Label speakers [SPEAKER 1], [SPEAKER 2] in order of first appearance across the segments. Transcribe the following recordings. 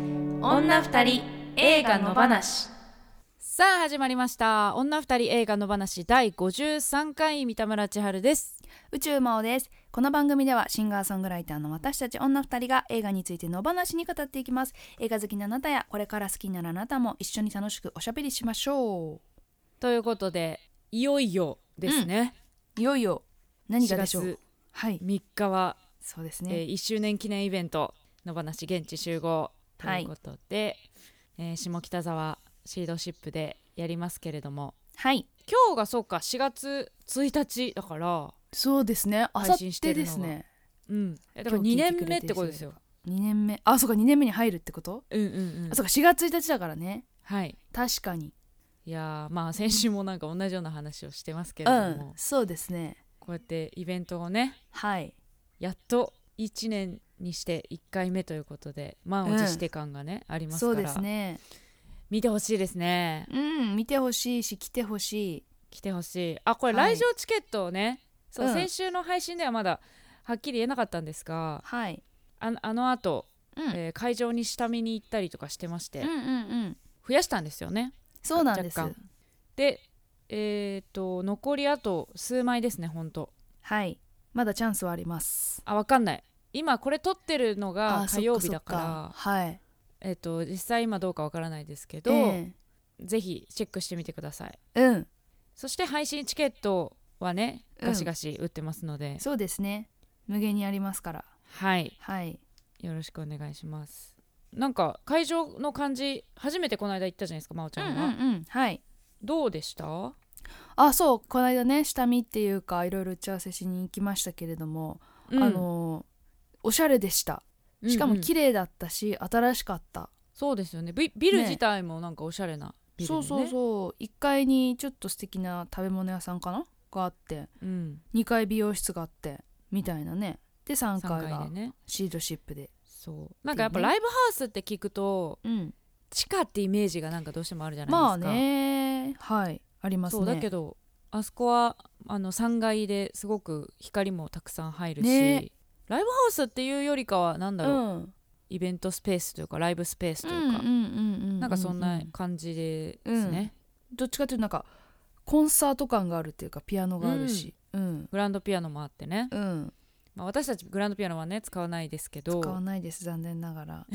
[SPEAKER 1] 女二人映画の話
[SPEAKER 2] さあ始まりました女二人映画の話第53回三田村千春です
[SPEAKER 3] 宇宙魔王ですこの番組ではシンガーソングライターの私たち女二人が映画についての話に語っていきます映画好きなあなたやこれから好きになるあなたも一緒に楽しくおしゃべりしましょ
[SPEAKER 2] ということでいよいよですね、
[SPEAKER 3] ういよいよ何
[SPEAKER 2] 4
[SPEAKER 3] がでしょう
[SPEAKER 2] 月
[SPEAKER 3] はい
[SPEAKER 2] 3日は、
[SPEAKER 3] そうです
[SPEAKER 2] え
[SPEAKER 3] ね、
[SPEAKER 2] 1周年記念イベントの話現地集合ということで、えー下北沢シードシップでやりますけれども
[SPEAKER 3] はい
[SPEAKER 2] 今日がそうか4月1日だから
[SPEAKER 3] そうですねあさ
[SPEAKER 2] 配
[SPEAKER 3] っ
[SPEAKER 2] 信して
[SPEAKER 3] て
[SPEAKER 2] るの
[SPEAKER 3] で
[SPEAKER 2] が
[SPEAKER 3] すね
[SPEAKER 2] うんえだから
[SPEAKER 3] 今日聞
[SPEAKER 2] 2
[SPEAKER 3] いて
[SPEAKER 2] 年
[SPEAKER 3] くれて
[SPEAKER 2] 目ってことですよ
[SPEAKER 3] 2年目あそうか2年目に入るってこと、
[SPEAKER 2] うんうんうん
[SPEAKER 3] あそうか4月1日だからね
[SPEAKER 2] はい
[SPEAKER 3] 確かに
[SPEAKER 2] いやーまあ先週もなんか同じような話をしてますけれ
[SPEAKER 3] う
[SPEAKER 2] ど
[SPEAKER 3] ん
[SPEAKER 2] も、
[SPEAKER 3] そうですね
[SPEAKER 2] こうやってイベントをね
[SPEAKER 3] はい
[SPEAKER 2] やっと1年にして1回目ということで満を持して感がね、あります
[SPEAKER 3] そ
[SPEAKER 2] か
[SPEAKER 3] う
[SPEAKER 2] ら
[SPEAKER 3] ですね
[SPEAKER 2] 見てほしいですね
[SPEAKER 3] うん見てほしいし来てほしい
[SPEAKER 2] 来てほしいあこれ
[SPEAKER 3] はい
[SPEAKER 2] 来場チケットをね、そう
[SPEAKER 3] うん
[SPEAKER 2] 先週の配信ではまだはっきり言えなかったんですが
[SPEAKER 3] はい、
[SPEAKER 2] ああのあと、
[SPEAKER 3] うん
[SPEAKER 2] えー会場に下見に行ったりとかしてまして、
[SPEAKER 3] うんうんうん
[SPEAKER 2] 増やしたんですよね
[SPEAKER 3] そうなんです
[SPEAKER 2] 若干でえっと残りあと数枚ですねほんと
[SPEAKER 3] はいまだチャンスはあります
[SPEAKER 2] あわかんない今これ撮ってるのが
[SPEAKER 3] ー
[SPEAKER 2] 火曜日だから
[SPEAKER 3] そっそっかはい
[SPEAKER 2] えっと実際今どうかわからないですけど、
[SPEAKER 3] え
[SPEAKER 2] ぜひチェックしてみてください
[SPEAKER 3] えうん
[SPEAKER 2] そして配信チケットはね
[SPEAKER 3] うん
[SPEAKER 2] ガシガシ売ってますので、
[SPEAKER 3] そうですね無限にありますから
[SPEAKER 2] はい
[SPEAKER 3] はい
[SPEAKER 2] よろしくお願いしますなんか会場の感じ初めてこの間行ったじゃないですか真央ち
[SPEAKER 3] うん
[SPEAKER 2] ゃ
[SPEAKER 3] うん
[SPEAKER 2] んは、
[SPEAKER 3] うんはい
[SPEAKER 2] どうでした
[SPEAKER 3] あそうこの間ね下見っていうかいろいろ打ち合わせしに行きましたけれども、あのーおしゃれでしたしかも
[SPEAKER 2] き
[SPEAKER 3] 綺麗だったし、新しかった
[SPEAKER 2] そうですよねビビル
[SPEAKER 3] ね
[SPEAKER 2] 自体もなんかおしゃれなビル
[SPEAKER 3] そ
[SPEAKER 2] よ
[SPEAKER 3] う
[SPEAKER 2] ね
[SPEAKER 3] そうそう1階にちょっと素敵な食べ物屋さんかながあって
[SPEAKER 2] うん、
[SPEAKER 3] 2階美容室があってみたいなねで3
[SPEAKER 2] 3
[SPEAKER 3] 階
[SPEAKER 2] 階
[SPEAKER 3] が
[SPEAKER 2] でね
[SPEAKER 3] シードシップで
[SPEAKER 2] そうなんかやっぱライブハウスって聞くと
[SPEAKER 3] うん
[SPEAKER 2] 地下ってイメージがなんかどうしてもあるじゃないですか
[SPEAKER 3] まあねはいあります
[SPEAKER 2] そ
[SPEAKER 3] ね
[SPEAKER 2] うだけどあそこはあの3階ですごく光もたくさん入るし、
[SPEAKER 3] ね
[SPEAKER 2] ライブハウスっていうよりかはなんだろう、
[SPEAKER 3] うん
[SPEAKER 2] イベントスペースというかライブスペースというか、なんかそんな感じでですね、
[SPEAKER 3] どっちかというとなんかコンサート感があるっていうかピアノがあるしうん
[SPEAKER 2] グランドピアノもあってね、
[SPEAKER 3] うん
[SPEAKER 2] まあ、私たちグランドピアノはね使わないですけど
[SPEAKER 3] 使わないです残念ながら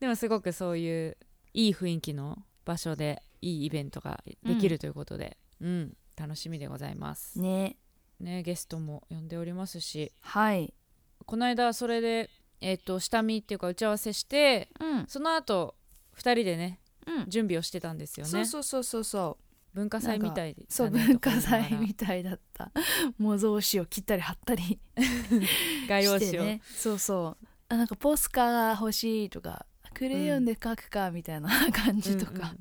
[SPEAKER 2] でもすごくそういういい雰囲気の場所でいいイベントができるということで、うん楽しみでございます、
[SPEAKER 3] ね
[SPEAKER 2] ね、ゲストも呼んでおりますし
[SPEAKER 3] はい
[SPEAKER 2] この間それで、えっと下見っていうか打ち合わせして
[SPEAKER 3] うん
[SPEAKER 2] その後二人でね、
[SPEAKER 3] うん
[SPEAKER 2] 準備をしてたんですよね
[SPEAKER 3] そうそうそうそうそう
[SPEAKER 2] 文化祭みたいだね
[SPEAKER 3] そう
[SPEAKER 2] とか
[SPEAKER 3] 文化祭
[SPEAKER 2] 言いなが
[SPEAKER 3] みたいだった模造紙を切ったり貼ったり
[SPEAKER 2] ら画用
[SPEAKER 3] し
[SPEAKER 2] 紙
[SPEAKER 3] て
[SPEAKER 2] を、
[SPEAKER 3] ねそうそうあなんかポスカが欲しいとかクレヨンで描くかみたいな感じ とか、
[SPEAKER 2] うんうん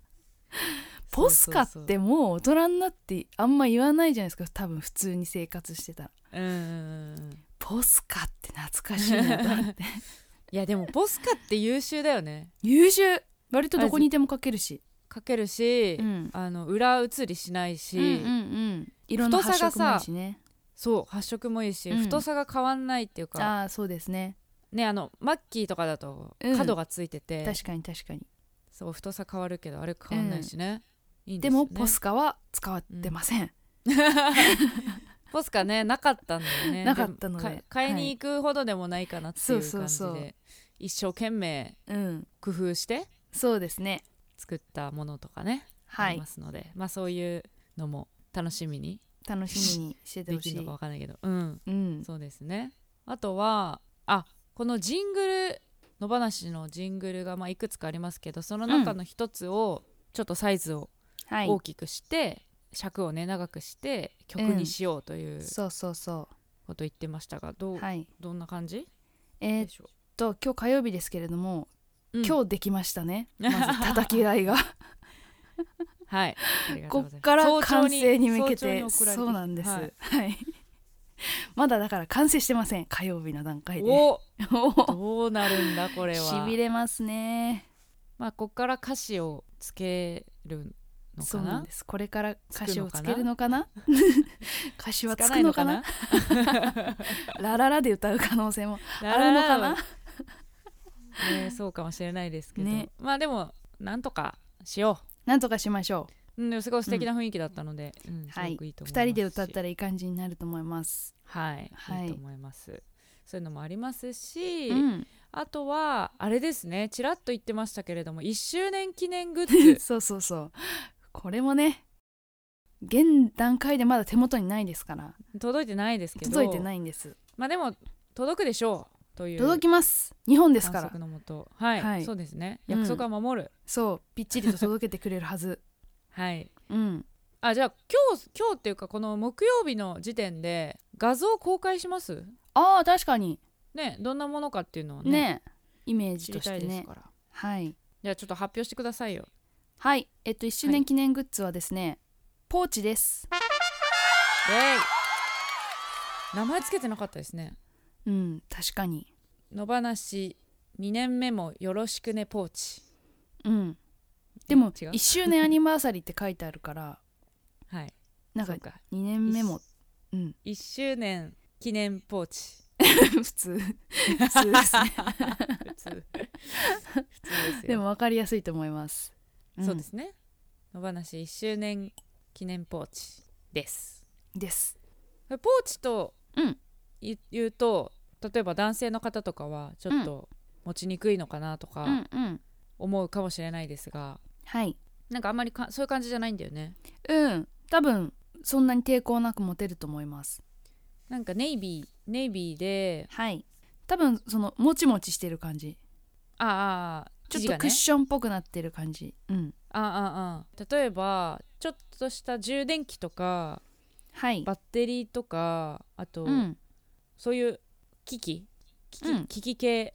[SPEAKER 3] ポスカ
[SPEAKER 2] そ
[SPEAKER 3] っ
[SPEAKER 2] うそうそ
[SPEAKER 3] てもう大人になってあんま言わないじゃないですか多分普通に生活してたら
[SPEAKER 2] ううんうんうん
[SPEAKER 3] ポスカって懐かしいなと 思って
[SPEAKER 2] いやでもボスカって優秀だよね
[SPEAKER 3] 優秀割とどこにいても書けるし、
[SPEAKER 2] 書けるし、
[SPEAKER 3] うん
[SPEAKER 2] あの裏写りしないし、
[SPEAKER 3] うんうんうん、いろんな発色もいいしね
[SPEAKER 2] そう発色もいいし、
[SPEAKER 3] うん
[SPEAKER 2] 太さが変わんないっていうか
[SPEAKER 3] ああーそうですね
[SPEAKER 2] ねあのマッキーとかだと
[SPEAKER 3] うん
[SPEAKER 2] 角がついてて、
[SPEAKER 3] 確かに確かに
[SPEAKER 2] そう太さ変わるけどあれ変わんないしね、いいん
[SPEAKER 3] です
[SPEAKER 2] よ
[SPEAKER 3] も
[SPEAKER 2] ね
[SPEAKER 3] ポスカは使ってません、
[SPEAKER 2] ポスカねなかったんだよね
[SPEAKER 3] なかったので
[SPEAKER 2] もか買いに行くほどでもないかなっていう感じで、
[SPEAKER 3] はいそうそうそう
[SPEAKER 2] 一生懸命
[SPEAKER 3] うん
[SPEAKER 2] 工夫して
[SPEAKER 3] そうですね
[SPEAKER 2] 作ったものとかね、
[SPEAKER 3] は
[SPEAKER 2] あり
[SPEAKER 3] い
[SPEAKER 2] ますのでまあそういうのも楽しみに
[SPEAKER 3] 楽しみにしてて
[SPEAKER 2] で
[SPEAKER 3] ほ
[SPEAKER 2] き
[SPEAKER 3] し
[SPEAKER 2] るの
[SPEAKER 3] い
[SPEAKER 2] かわかんないけどうん
[SPEAKER 3] うん
[SPEAKER 2] そうですねあとはあこのジングル野放しのジングルがまあいくつかありますけどその中の一つをちょっとサイズを
[SPEAKER 3] はい
[SPEAKER 2] 大きくして、尺をね長くして曲にしようという
[SPEAKER 3] そうそうそ
[SPEAKER 2] こと言ってましたがどう、
[SPEAKER 3] うはい
[SPEAKER 2] どんな感じ
[SPEAKER 3] えー
[SPEAKER 2] で
[SPEAKER 3] っ
[SPEAKER 2] しょ
[SPEAKER 3] と今日火曜日ですけれども
[SPEAKER 2] う、うん
[SPEAKER 3] 今日できました ね、まず叩き台が
[SPEAKER 2] はいありがとう
[SPEAKER 3] こ
[SPEAKER 2] ございます
[SPEAKER 3] っから
[SPEAKER 2] 早朝
[SPEAKER 3] 完
[SPEAKER 2] に
[SPEAKER 3] 成に向け
[SPEAKER 2] 早朝
[SPEAKER 3] て
[SPEAKER 2] に送られてきた
[SPEAKER 3] そうなんです
[SPEAKER 2] は
[SPEAKER 3] はいい、 まだだから完成してません火曜日の段階で
[SPEAKER 2] お
[SPEAKER 3] お
[SPEAKER 2] どうなるんだこれは
[SPEAKER 3] しびれますね
[SPEAKER 2] まあこっから歌詞をつけるの
[SPEAKER 3] そ
[SPEAKER 2] か
[SPEAKER 3] うなん
[SPEAKER 2] な
[SPEAKER 3] ですこれから歌詞をつけるのかな歌詞は
[SPEAKER 2] つ
[SPEAKER 3] つ
[SPEAKER 2] か
[SPEAKER 3] くのかなラララで歌う可能性もあるのかな
[SPEAKER 2] ラララは ねそうかもしれないですけど、
[SPEAKER 3] ね
[SPEAKER 2] まあでもなんとかしよ
[SPEAKER 3] なんとかしましょ
[SPEAKER 2] う、うん、でもすごい素敵な雰囲気だったので、うん
[SPEAKER 3] う
[SPEAKER 2] す
[SPEAKER 3] はい
[SPEAKER 2] ごくいいと思いま
[SPEAKER 3] 2
[SPEAKER 2] すし
[SPEAKER 3] 人で歌ったらいい感じになると思います、
[SPEAKER 2] はい、
[SPEAKER 3] はい
[SPEAKER 2] いいと思いますそういうのもありますし、
[SPEAKER 3] うん、
[SPEAKER 2] あとはあれですねちらっと言ってましたけれども1周年記念 グッズ
[SPEAKER 3] そうそうそうこれもね現段階でまだ手元にないですから
[SPEAKER 2] 届いてないですけど
[SPEAKER 3] 届いてないいんです
[SPEAKER 2] まあでも届くでしょうという
[SPEAKER 3] 届きます日本です
[SPEAKER 2] 観
[SPEAKER 3] から
[SPEAKER 2] 測のもとはい、
[SPEAKER 3] はい
[SPEAKER 2] そうですね
[SPEAKER 3] うん
[SPEAKER 2] 約束は守る、
[SPEAKER 3] そうぴっちりと届けてくれるはず
[SPEAKER 2] はい
[SPEAKER 3] うん
[SPEAKER 2] あじゃあ今日今日っていうかこの木曜日の時点で画像公開します
[SPEAKER 3] ああ確かに
[SPEAKER 2] ねどんなものかっていうのをね
[SPEAKER 3] ねイメージ
[SPEAKER 2] 知
[SPEAKER 3] と
[SPEAKER 2] り
[SPEAKER 3] したて
[SPEAKER 2] いです
[SPEAKER 3] ね
[SPEAKER 2] から
[SPEAKER 3] はい
[SPEAKER 2] じゃあちょっと発表してくださいよ
[SPEAKER 3] はいえっと1周年記念グッズはですね、ポーチです
[SPEAKER 2] イエイ名前つけてなかったですね
[SPEAKER 3] うん確かに
[SPEAKER 2] 野放し2年目もよろしくねポーチ
[SPEAKER 3] うんでも
[SPEAKER 2] 違う
[SPEAKER 3] 1周年アニバーサリーって書いてある から
[SPEAKER 2] はい
[SPEAKER 3] なん
[SPEAKER 2] そ
[SPEAKER 3] か
[SPEAKER 2] うか
[SPEAKER 3] 2年目もうん
[SPEAKER 2] 1周年記念ポーチ
[SPEAKER 3] 普通普通ですね
[SPEAKER 2] 普通普通ですよ
[SPEAKER 3] でも分かりやすいと思います、ん
[SPEAKER 2] そうですね野放し1周年記念ポーチです
[SPEAKER 3] です
[SPEAKER 2] これポーチと
[SPEAKER 3] うん
[SPEAKER 2] い言うと例えば男性の方とかはちょっと持ちにくいのかなと
[SPEAKER 3] う
[SPEAKER 2] か
[SPEAKER 3] んうん
[SPEAKER 2] 思うかもしれないですが、
[SPEAKER 3] はい
[SPEAKER 2] なんかあんまりかそういう感じじゃないんだよね
[SPEAKER 3] うん多分そんなに抵抗なく持てると思います
[SPEAKER 2] なんかネイビーネイビーで
[SPEAKER 3] はい多分そのもちもちしてる感じ
[SPEAKER 2] ああああ
[SPEAKER 3] ちょっ
[SPEAKER 2] 生地
[SPEAKER 3] と
[SPEAKER 2] がね
[SPEAKER 3] クッションっぽくなってる感じ、うん
[SPEAKER 2] ああああ例えばちょっとした充電器とか
[SPEAKER 3] はい
[SPEAKER 2] バッテリーとかあと、
[SPEAKER 3] うん
[SPEAKER 2] そういう機器機器,、
[SPEAKER 3] うん
[SPEAKER 2] 機器系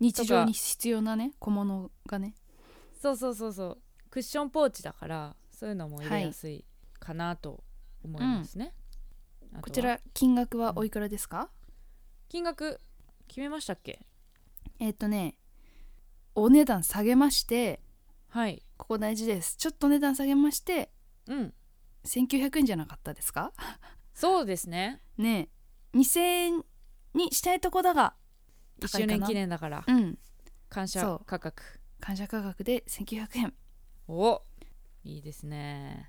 [SPEAKER 3] 日常に必要なね小物がね
[SPEAKER 2] そうそうそうそうクッションポーチだからそういうのも入れやすいかなと思いますね、あとは
[SPEAKER 3] こちら金額はおいくらですか、
[SPEAKER 2] 金額決めましたっけ
[SPEAKER 3] えっとねお値段下げまして
[SPEAKER 2] はい
[SPEAKER 3] ここ大事ですちょっとお値段下げまして
[SPEAKER 2] うん
[SPEAKER 3] 1900円じゃなかったですか
[SPEAKER 2] そうですね
[SPEAKER 3] ねえ2000円にしたいとこだが
[SPEAKER 2] 1
[SPEAKER 3] 高い
[SPEAKER 2] 周
[SPEAKER 3] かな
[SPEAKER 2] 年記念だから
[SPEAKER 3] うん
[SPEAKER 2] 感
[SPEAKER 3] そ
[SPEAKER 2] 謝
[SPEAKER 3] う
[SPEAKER 2] 価格
[SPEAKER 3] 感謝価格で1900円っ
[SPEAKER 2] おいいですね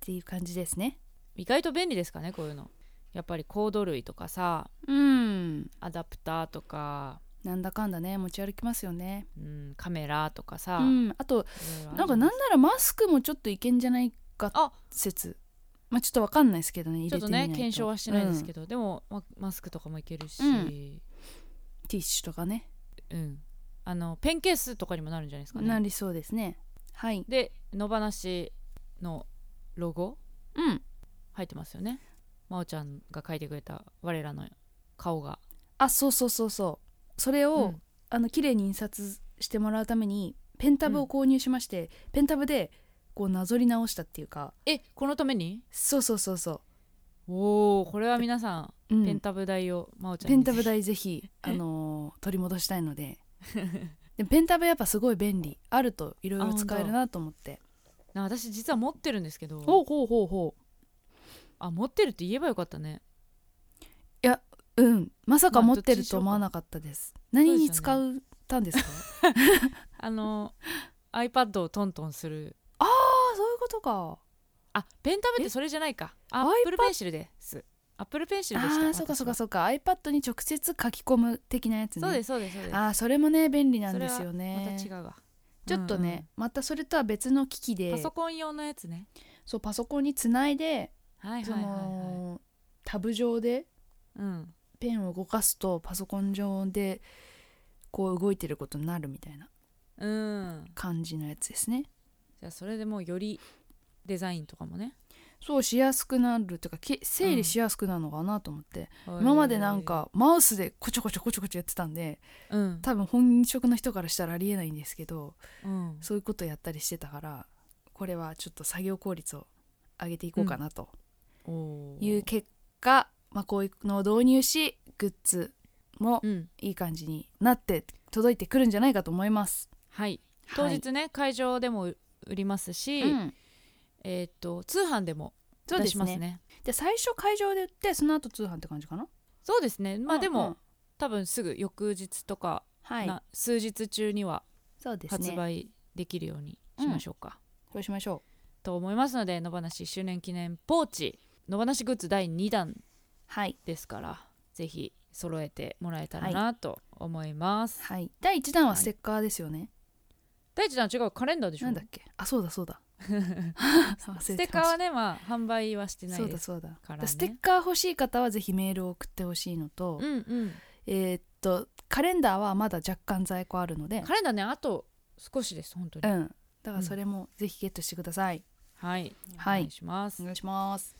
[SPEAKER 3] ていう感じですね
[SPEAKER 2] 意外と便利ですかねこういうのやっぱりコード類とかさ
[SPEAKER 3] うん
[SPEAKER 2] アダプターとか、
[SPEAKER 3] なんだかんだね持ち歩きますよね
[SPEAKER 2] うん、カメラとかさ、
[SPEAKER 3] うんあと
[SPEAKER 2] いろいろある
[SPEAKER 3] なんかなんならマスクもちょっといけんじゃないか
[SPEAKER 2] あ
[SPEAKER 3] 説まあちょっとわかんないですけどね入
[SPEAKER 2] ちょ
[SPEAKER 3] れ
[SPEAKER 2] ってと
[SPEAKER 3] みない
[SPEAKER 2] ね
[SPEAKER 3] と
[SPEAKER 2] 検証はしてないですけ
[SPEAKER 3] ど、
[SPEAKER 2] ど、でもまマスクとかもいけるし、
[SPEAKER 3] う
[SPEAKER 2] うんん
[SPEAKER 3] うんティッシュとかね
[SPEAKER 2] あのペンケースとかにもなるんじゃないですか
[SPEAKER 3] な
[SPEAKER 2] ね
[SPEAKER 3] りそうですねはい
[SPEAKER 2] で野放しのロゴ
[SPEAKER 3] うん
[SPEAKER 2] 入ってますよね真央ちゃんが書いてくれた我らの顔が
[SPEAKER 3] あそうそうそうそうそれを、
[SPEAKER 2] うん
[SPEAKER 3] あの綺麗に印刷してもらうためにペンタブを購入しまして、ペンタブでこうなぞり直したっていうか
[SPEAKER 2] えこのために
[SPEAKER 3] そうそうそうそ
[SPEAKER 2] おおこれは皆さん、
[SPEAKER 3] う、うん、
[SPEAKER 2] ペンタブ代を真央ちゃん
[SPEAKER 3] ペン
[SPEAKER 2] に
[SPEAKER 3] タブ代ぜ ひ、あのー取り戻したいのででもペンタブやっぱすごい便利あるといろいろ使えるなと思って
[SPEAKER 2] な私実は持ってるんですけど
[SPEAKER 3] うほうほうほ
[SPEAKER 2] あ持ってるって言えばよかったね
[SPEAKER 3] ううんまさか
[SPEAKER 2] ま
[SPEAKER 3] 持
[SPEAKER 2] あ
[SPEAKER 3] ってると思わなかったです、何に使うたんですか
[SPEAKER 2] あの iPad をトントンする
[SPEAKER 3] あそういうことか
[SPEAKER 2] あペンタブってそれじゃないかアップルペンシルですアップルペンシ
[SPEAKER 3] あ
[SPEAKER 2] ルでした
[SPEAKER 3] あそうかそうか
[SPEAKER 2] 私は
[SPEAKER 3] そうか iPad に直接書き込む的なやつね
[SPEAKER 2] そうですそうですそうです
[SPEAKER 3] あーそれもね便利なんですよ
[SPEAKER 2] また
[SPEAKER 3] ね
[SPEAKER 2] 違うわ
[SPEAKER 3] ちょっとね、またそれとは別の機器
[SPEAKER 2] うんう
[SPEAKER 3] で
[SPEAKER 2] んパソコン用のやつね
[SPEAKER 3] そうパソコンにつないで、
[SPEAKER 2] はい
[SPEAKER 3] そ
[SPEAKER 2] はいはいは
[SPEAKER 3] のタブ上で
[SPEAKER 2] いうん
[SPEAKER 3] ペンを動かすとパソコン上でこう動いてることになるみたいな
[SPEAKER 2] うん
[SPEAKER 3] 感じのやつですね
[SPEAKER 2] じゃあそれでもうよりデザインとかもね
[SPEAKER 3] そうしやすくなるというかけ整理しやすくなるのかなと思って、今までなんかマウスでこちょこちょこちょこちょやってたんで
[SPEAKER 2] うん
[SPEAKER 3] 多分本職の人からしたらありえないんですけど
[SPEAKER 2] うん
[SPEAKER 3] そういうことやったりしてたからこれはちょっと作業効率を上げていこうかなと
[SPEAKER 2] おー
[SPEAKER 3] いう結果、まあ、こういうのを導入しグッズも
[SPEAKER 2] うん
[SPEAKER 3] いい感じになって届いてくるんじゃないかと思います
[SPEAKER 2] はい当日ね会場でも売りますし
[SPEAKER 3] はいうん
[SPEAKER 2] えーっと通販でも
[SPEAKER 3] そうで
[SPEAKER 2] 出
[SPEAKER 3] す
[SPEAKER 2] し
[SPEAKER 3] ね
[SPEAKER 2] ますね
[SPEAKER 3] で最初会場で売ってその後通販って感じかな
[SPEAKER 2] そうですねまあで
[SPEAKER 3] うんうん
[SPEAKER 2] も多分すぐ翌日とか
[SPEAKER 3] はい
[SPEAKER 2] な数日中には
[SPEAKER 3] そうです
[SPEAKER 2] 発
[SPEAKER 3] ね
[SPEAKER 2] 売できるようにしましょうか、
[SPEAKER 3] そうしましょう
[SPEAKER 2] と思いますので野放し1周年記念ポーチ野放しグッズ第2弾
[SPEAKER 3] はい
[SPEAKER 2] ですからぜひ揃えてもらえたらなと思います、
[SPEAKER 3] はい第1弾はステッカーですよね、
[SPEAKER 2] 第1弾違うカレンダーでしょ
[SPEAKER 3] なんだっけあそうだそう だ
[SPEAKER 2] ス
[SPEAKER 3] ス
[SPEAKER 2] テッカーはねまあ販売はしてな
[SPEAKER 3] そ
[SPEAKER 2] いうで
[SPEAKER 3] だ
[SPEAKER 2] す
[SPEAKER 3] そうだ
[SPEAKER 2] からね
[SPEAKER 3] ステッカー欲しい方はぜひメールを送ってほしいのと、
[SPEAKER 2] うんうん
[SPEAKER 3] えーっとカレンダーはまだ若干在庫あるので
[SPEAKER 2] カレンダーねあと少しです本当に、
[SPEAKER 3] うんだからそれもぜひゲットしてください、
[SPEAKER 2] はいお
[SPEAKER 3] はい
[SPEAKER 2] 願いします、
[SPEAKER 3] お願いします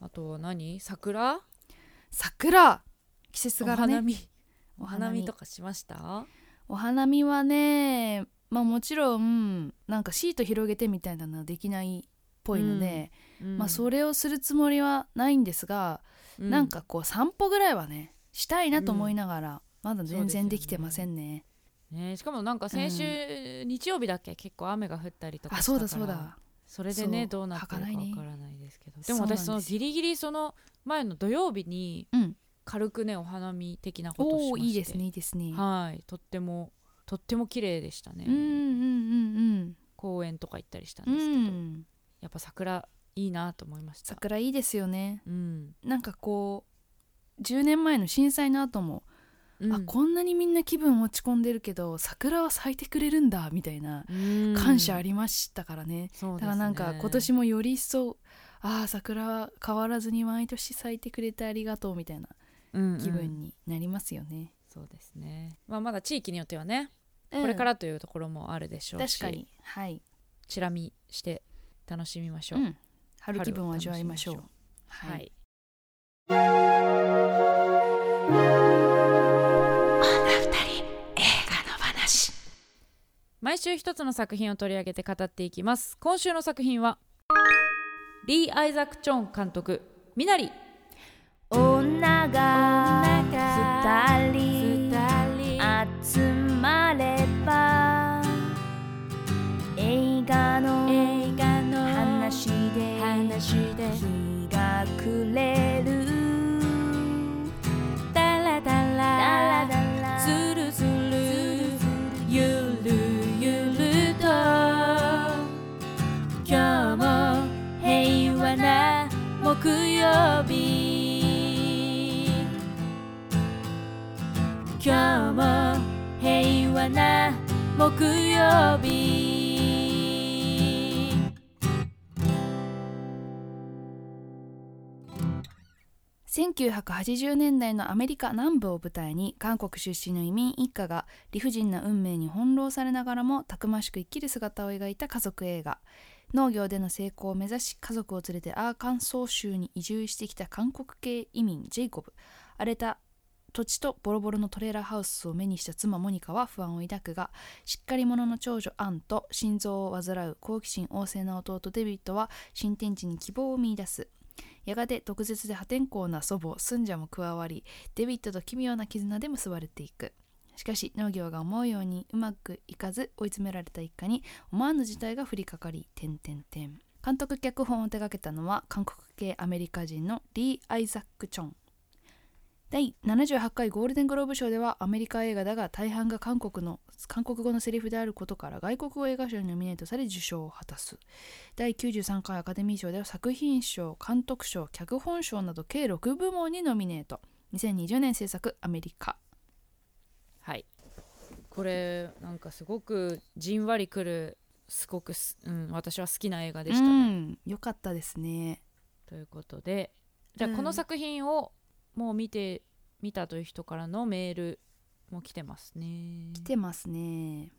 [SPEAKER 2] あとは何桜
[SPEAKER 3] 桜季節
[SPEAKER 2] お
[SPEAKER 3] 柄
[SPEAKER 2] 花
[SPEAKER 3] ね
[SPEAKER 2] 見
[SPEAKER 3] お
[SPEAKER 2] お
[SPEAKER 3] 花
[SPEAKER 2] 花
[SPEAKER 3] 見
[SPEAKER 2] 見とかしました
[SPEAKER 3] お花見はねまあもちろんなんかシート広げてみたいなのはできないっぽいので、まあそれをするつもりはないんですが、
[SPEAKER 2] うん
[SPEAKER 3] なんかこう散歩ぐらいはねしたいなと思いながら、まだ
[SPEAKER 2] そ
[SPEAKER 3] 全
[SPEAKER 2] うですよ
[SPEAKER 3] 然
[SPEAKER 2] ね
[SPEAKER 3] できてませんね
[SPEAKER 2] ね、しかもなんか先週、日曜日だっけ結構雨が降ったりとか
[SPEAKER 3] あ
[SPEAKER 2] した
[SPEAKER 3] そ
[SPEAKER 2] か
[SPEAKER 3] う
[SPEAKER 2] ら
[SPEAKER 3] だそうだ
[SPEAKER 2] それでね
[SPEAKER 3] そう
[SPEAKER 2] どうなってるか
[SPEAKER 3] 儚いね
[SPEAKER 2] わからないですけど
[SPEAKER 3] そ
[SPEAKER 2] で
[SPEAKER 3] うな
[SPEAKER 2] も
[SPEAKER 3] んです
[SPEAKER 2] 私そのギリギリその前の土曜日に
[SPEAKER 3] うん
[SPEAKER 2] 軽くねお花見的なことをし
[SPEAKER 3] おお
[SPEAKER 2] まして
[SPEAKER 3] いいですねいいですね
[SPEAKER 2] はいとってもとっても綺麗でしたね、
[SPEAKER 3] うんうん
[SPEAKER 2] 公園とか行ったりしたん
[SPEAKER 3] うんう
[SPEAKER 2] ですけ
[SPEAKER 3] んう
[SPEAKER 2] ど、
[SPEAKER 3] ん
[SPEAKER 2] やっぱ桜いいなと思いました
[SPEAKER 3] 桜いいですよね
[SPEAKER 2] うん、
[SPEAKER 3] なんかこう10年前の震災の後も、
[SPEAKER 2] うん
[SPEAKER 3] あこんなにみんな気分落ち込んでるけど桜は咲いてくれるんだみたいな
[SPEAKER 2] うん
[SPEAKER 3] 感謝ありましたからね、
[SPEAKER 2] そう
[SPEAKER 3] だか
[SPEAKER 2] ですね
[SPEAKER 3] らなんか今年もより一層ああ桜は変わらずに毎年咲いてくれてありがとうみたいな
[SPEAKER 2] うんうん
[SPEAKER 3] 気分になりますよね、
[SPEAKER 2] そうですね、まあ、まだ地域によってはね、
[SPEAKER 3] うん
[SPEAKER 2] これからというところもあるでしょうし
[SPEAKER 3] 確かにはい、
[SPEAKER 2] チラ見して楽しみましょう、
[SPEAKER 3] うん春気分を味わいましょう
[SPEAKER 2] 春を
[SPEAKER 3] は、
[SPEAKER 2] はいい、毎週一つの作品を取り上げて語っていきます今週の作品はリー・アイザック・チョン監督「ミナリ」
[SPEAKER 1] 女が二人集まれば映画の話で日が暮れるダラダラズルズルゆるゆると今日も平和な木曜日今日も平和な木曜日
[SPEAKER 3] 1980年代のアメリカ南部を舞台に韓国出身の移民一家が理不尽な運命に翻弄されながらもたくましく生きる姿を描いた家族映画農業での成功を目指し家族を連れてアーカンソー州に移住してきた韓国系移民ジェイコブ荒れた土地とボロボロのトレーラーハウスを目にした妻モニカは不安を抱くがしっかり者の長女アンと心臓を患う好奇心旺盛な弟デビッドは新天地に希望を見出すやがて毒舌で破天荒な祖母スンジャも加わりデビッドと奇妙な絆で結ばれていくしかし農業が思うようにうまくいかず追い詰められた一家に思わぬ事態が降りかかり点々点監督脚本を手掛けたのは韓国系アメリカ人のリー・アイザック・チョン第78回ゴールデングローブ賞ではアメリカ映画だが大半が韓国の韓国語のセリフであることから外国語映画賞にノミネートされ受賞を果たす第93回アカデミー賞では作品賞監督賞脚本賞など計6部門にノミネート2020年制作アメリカ
[SPEAKER 2] はいこれなんかすごくじんわりくるすごくす、うん、私は好きな映画で
[SPEAKER 3] で
[SPEAKER 2] し
[SPEAKER 3] したた、ね
[SPEAKER 2] ね、
[SPEAKER 3] よかったですね
[SPEAKER 2] ということでじゃ
[SPEAKER 3] うん
[SPEAKER 2] あこの作品をもう見て見たという人からのメールも来てますね。
[SPEAKER 3] 来てますね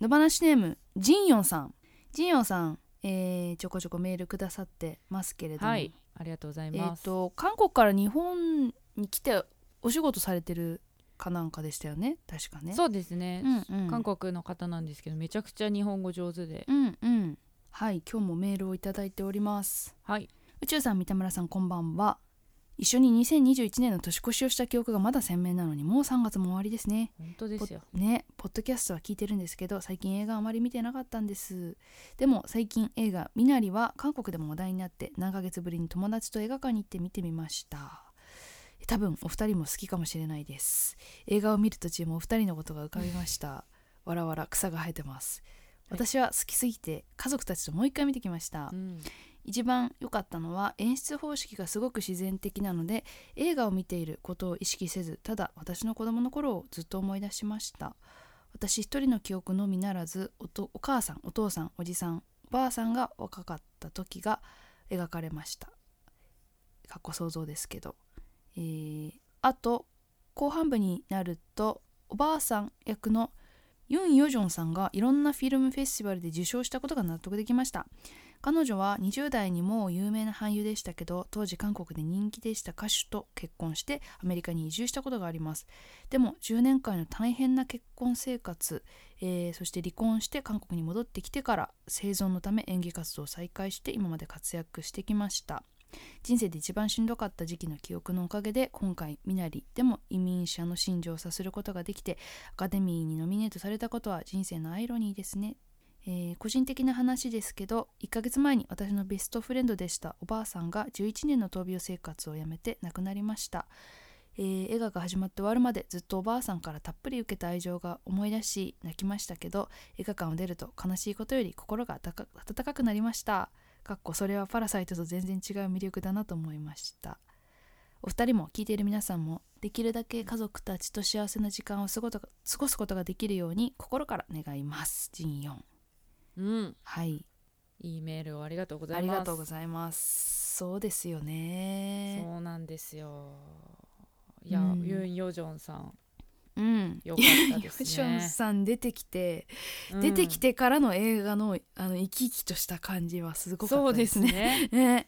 [SPEAKER 3] 野放しネームジンヨンさんジンヨンさん、えーちょこちょこメールくださってますけれども、
[SPEAKER 2] はいありがとうござい
[SPEAKER 3] え
[SPEAKER 2] ま
[SPEAKER 3] ー、
[SPEAKER 2] す。
[SPEAKER 3] と韓国から日本に来てお仕事されてるかなんかでしたよね確かね
[SPEAKER 2] そうですね、
[SPEAKER 3] うんうん
[SPEAKER 2] 韓国の方なんですけどめちゃくちゃ日本語上手で、
[SPEAKER 3] うんうんはい今日もメールをいただいております
[SPEAKER 2] はい
[SPEAKER 3] 宇宙さん三田村さんこんばんは一緒に2021年の年越しをした記憶がまだ鮮明なのにもう3月も終わりですね
[SPEAKER 2] 本当ですよ。
[SPEAKER 3] ねポッドキャストは聞いてるんですけど最近映画あまり見てなかったんですでも最近映画「みなり」は韓国でも話題になって何ヶ月ぶりに友達と映画館に行って見てみましたえっ多分お二人も好きかもしれないです映画を見る途中もお二人のことが浮かびましたわらわら草が生えてます
[SPEAKER 2] はい
[SPEAKER 3] 私は好きすぎて家族たちともう一回見てきました、
[SPEAKER 2] うん
[SPEAKER 3] 一番良かったのは演出方式がすごく自然的なので映画を見ていることを意識せずただ私の子供の頃をずっと思い出しました私一人の記憶のみならずおとお母さんお父さんおじさんおばあさんが若かった時が描かれましたかっこ想像ですけど、えーあと後半部になるとおばあさん役のユン・ヨジョンさんがいろんなフィルムフェスティバルで受賞したことが納得できました彼女は20代にもう有名な俳優でしたけど当時韓国で人気でした歌手と結婚してアメリカに移住したことがありますでも10年間の大変な結婚生活、えーそして離婚して韓国に戻ってきてから生存のため演技活動を再開して今まで活躍してきました人生で一番しんどかった時期の記憶のおかげで今回みなりでも移民者の心情を察することができてアカデミーにノミネートされたことは人生のアイロニーですねえー個人的な話ですけど1ヶ月前に私のベストフレンドでしたおばあさんが11年の闘病生活をやめて亡くなりました、えー映画が始まって終わるまでずっとおばあさんからたっぷり受けた愛情が思い出し泣きましたけど映画館を出ると悲しいことより心が温か温かくなりましたかっこそれはパラサイトと全然違う魅力だなと思いましたお二人も聞いている皆さんもできるだけ家族たちと幸せな時間を過ごと過ごすことができるように心から願いますジンヨン
[SPEAKER 2] うん、
[SPEAKER 3] はい
[SPEAKER 2] いいメールをありがとうござ
[SPEAKER 3] あ
[SPEAKER 2] い
[SPEAKER 3] り
[SPEAKER 2] ます
[SPEAKER 3] がとうございますそうですよね
[SPEAKER 2] そうなんですよいや、
[SPEAKER 3] うん
[SPEAKER 2] ユン・ヨジョンさん
[SPEAKER 3] うん
[SPEAKER 2] よかったで
[SPEAKER 3] ヨシ
[SPEAKER 2] す
[SPEAKER 3] ョン
[SPEAKER 2] ね
[SPEAKER 3] さん出てきて、
[SPEAKER 2] うん
[SPEAKER 3] 出てきてからの映画のあの生き生きとした感じはすごかっ
[SPEAKER 2] そう
[SPEAKER 3] たで
[SPEAKER 2] ですす
[SPEAKER 3] ね
[SPEAKER 2] ね
[SPEAKER 3] ね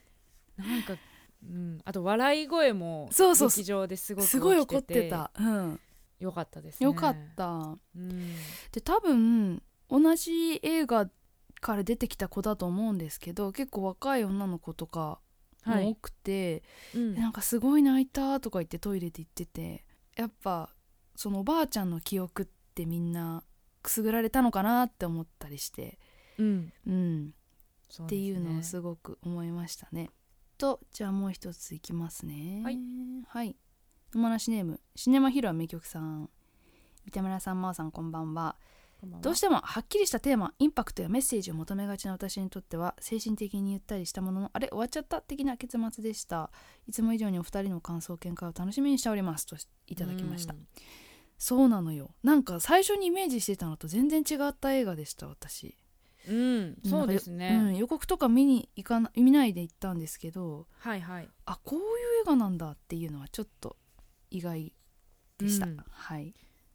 [SPEAKER 2] なんか、うん、あと笑い声も
[SPEAKER 3] そうそう
[SPEAKER 2] 劇場ですごく
[SPEAKER 3] すごい
[SPEAKER 2] 起
[SPEAKER 3] 怒っ
[SPEAKER 2] きて
[SPEAKER 3] てた、うん、
[SPEAKER 2] よかったですね
[SPEAKER 3] よかった
[SPEAKER 2] うん
[SPEAKER 3] で多分同じ映画から出てきた子だと思うんですけど結構若い女の子とか
[SPEAKER 2] は
[SPEAKER 3] も多
[SPEAKER 2] い、
[SPEAKER 3] くて、
[SPEAKER 2] うん
[SPEAKER 3] なんかすごい泣いたとか言ってトイレで言っててやっぱそのおばあちゃんの記憶ってみんなくすぐられたのかなって思ったりして、
[SPEAKER 2] うん
[SPEAKER 3] うん、
[SPEAKER 2] そ
[SPEAKER 3] っ
[SPEAKER 2] で
[SPEAKER 3] て
[SPEAKER 2] すね
[SPEAKER 3] いうのをすごく思いましたね。とじゃあもう一ついきますね。
[SPEAKER 2] はい、
[SPEAKER 3] はい、野間なしネームシネマヒロア名曲さん三田村さん真央さんこんばんは。
[SPEAKER 2] こんばんは
[SPEAKER 3] どうしてもはっきりしたテーマインパクトやメッセージを求めがちな私にとっては精神的にゆったりしたもののあれ終わっちゃった的な結末でしたいつも以上にお二人の感想見解を楽しみにしておりますといただきました
[SPEAKER 2] うん
[SPEAKER 3] そうなのよなんか最初にイメージしてたのと全然違った映画でした私
[SPEAKER 2] うん、そうですね、
[SPEAKER 3] なんかようん、予告とか見に行かな見ないで行ったんですけど
[SPEAKER 2] はいはい
[SPEAKER 3] あこういう映画なんだっていうのはちょっと意外でした、
[SPEAKER 2] うん
[SPEAKER 3] はい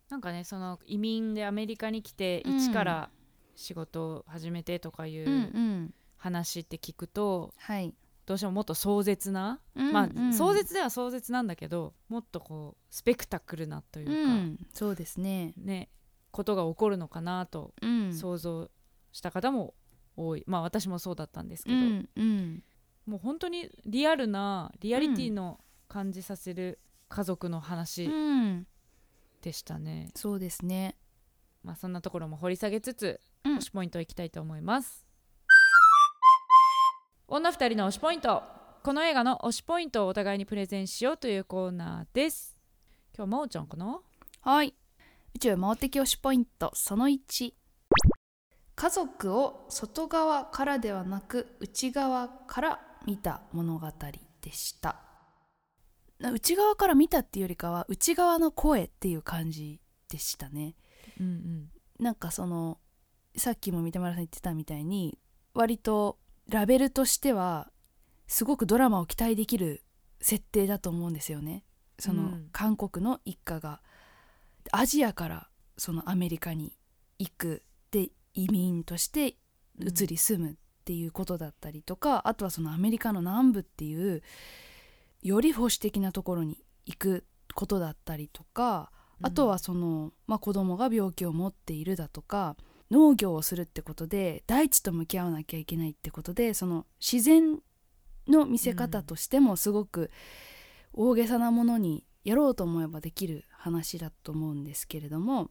[SPEAKER 2] なんかねその移民でアメリカに来て
[SPEAKER 3] うん
[SPEAKER 2] 一から仕事を始めてとかい
[SPEAKER 3] うんう
[SPEAKER 2] うん話って聞くと、
[SPEAKER 3] はい、
[SPEAKER 2] どうしてももっと壮絶な、
[SPEAKER 3] う
[SPEAKER 2] ま
[SPEAKER 3] んう
[SPEAKER 2] あ
[SPEAKER 3] ん
[SPEAKER 2] 壮絶では壮絶なんだけどもっとこうスペクタクルなというか、
[SPEAKER 3] うんそうですね
[SPEAKER 2] ねことが起こるのかなと
[SPEAKER 3] うん
[SPEAKER 2] 想像した方も多い、まあ私もそうだったんですけ
[SPEAKER 3] う
[SPEAKER 2] ど、
[SPEAKER 3] んうん
[SPEAKER 2] もう本当にリアルなリアリティの感じさせる家族の話
[SPEAKER 3] うん、
[SPEAKER 2] でしたね、
[SPEAKER 3] そうですね。
[SPEAKER 2] まあそんなところも掘り下げつつ、
[SPEAKER 3] うん
[SPEAKER 2] 推しポイントいきたいと思います女二人の推しポイントこの映画の推しポイントをお互いにプレゼンしようというコーナーです今日は真央ちゃんかな
[SPEAKER 3] はい。宇宙回ってき推しポイントその1。家族を外側からではなく内側から見た物語でした。な内側から見たっていうよりかは内側の声っていう感じでしたね。
[SPEAKER 2] うんうん
[SPEAKER 3] なんかそのさっきも三田村さん言ってたみたいに割とラベルとしてはすごくドラマを期待できる設定だと思うんですよね。その、
[SPEAKER 2] うん
[SPEAKER 3] 韓国の一家がアジアからそのアメリカに行くで移民として移り住むっていうことだったりとか、あとはそのアメリカの南部っていうより保守的なところに行くことだったりとか、
[SPEAKER 2] うん
[SPEAKER 3] あとはその、まあ、子供が病気を持っているだとか農業をするってことで大地と向き合わなきゃいけないってことでその自然の見せ方としてもすごく大げさなものにやろうと思えばできる話だと思うんですけれども、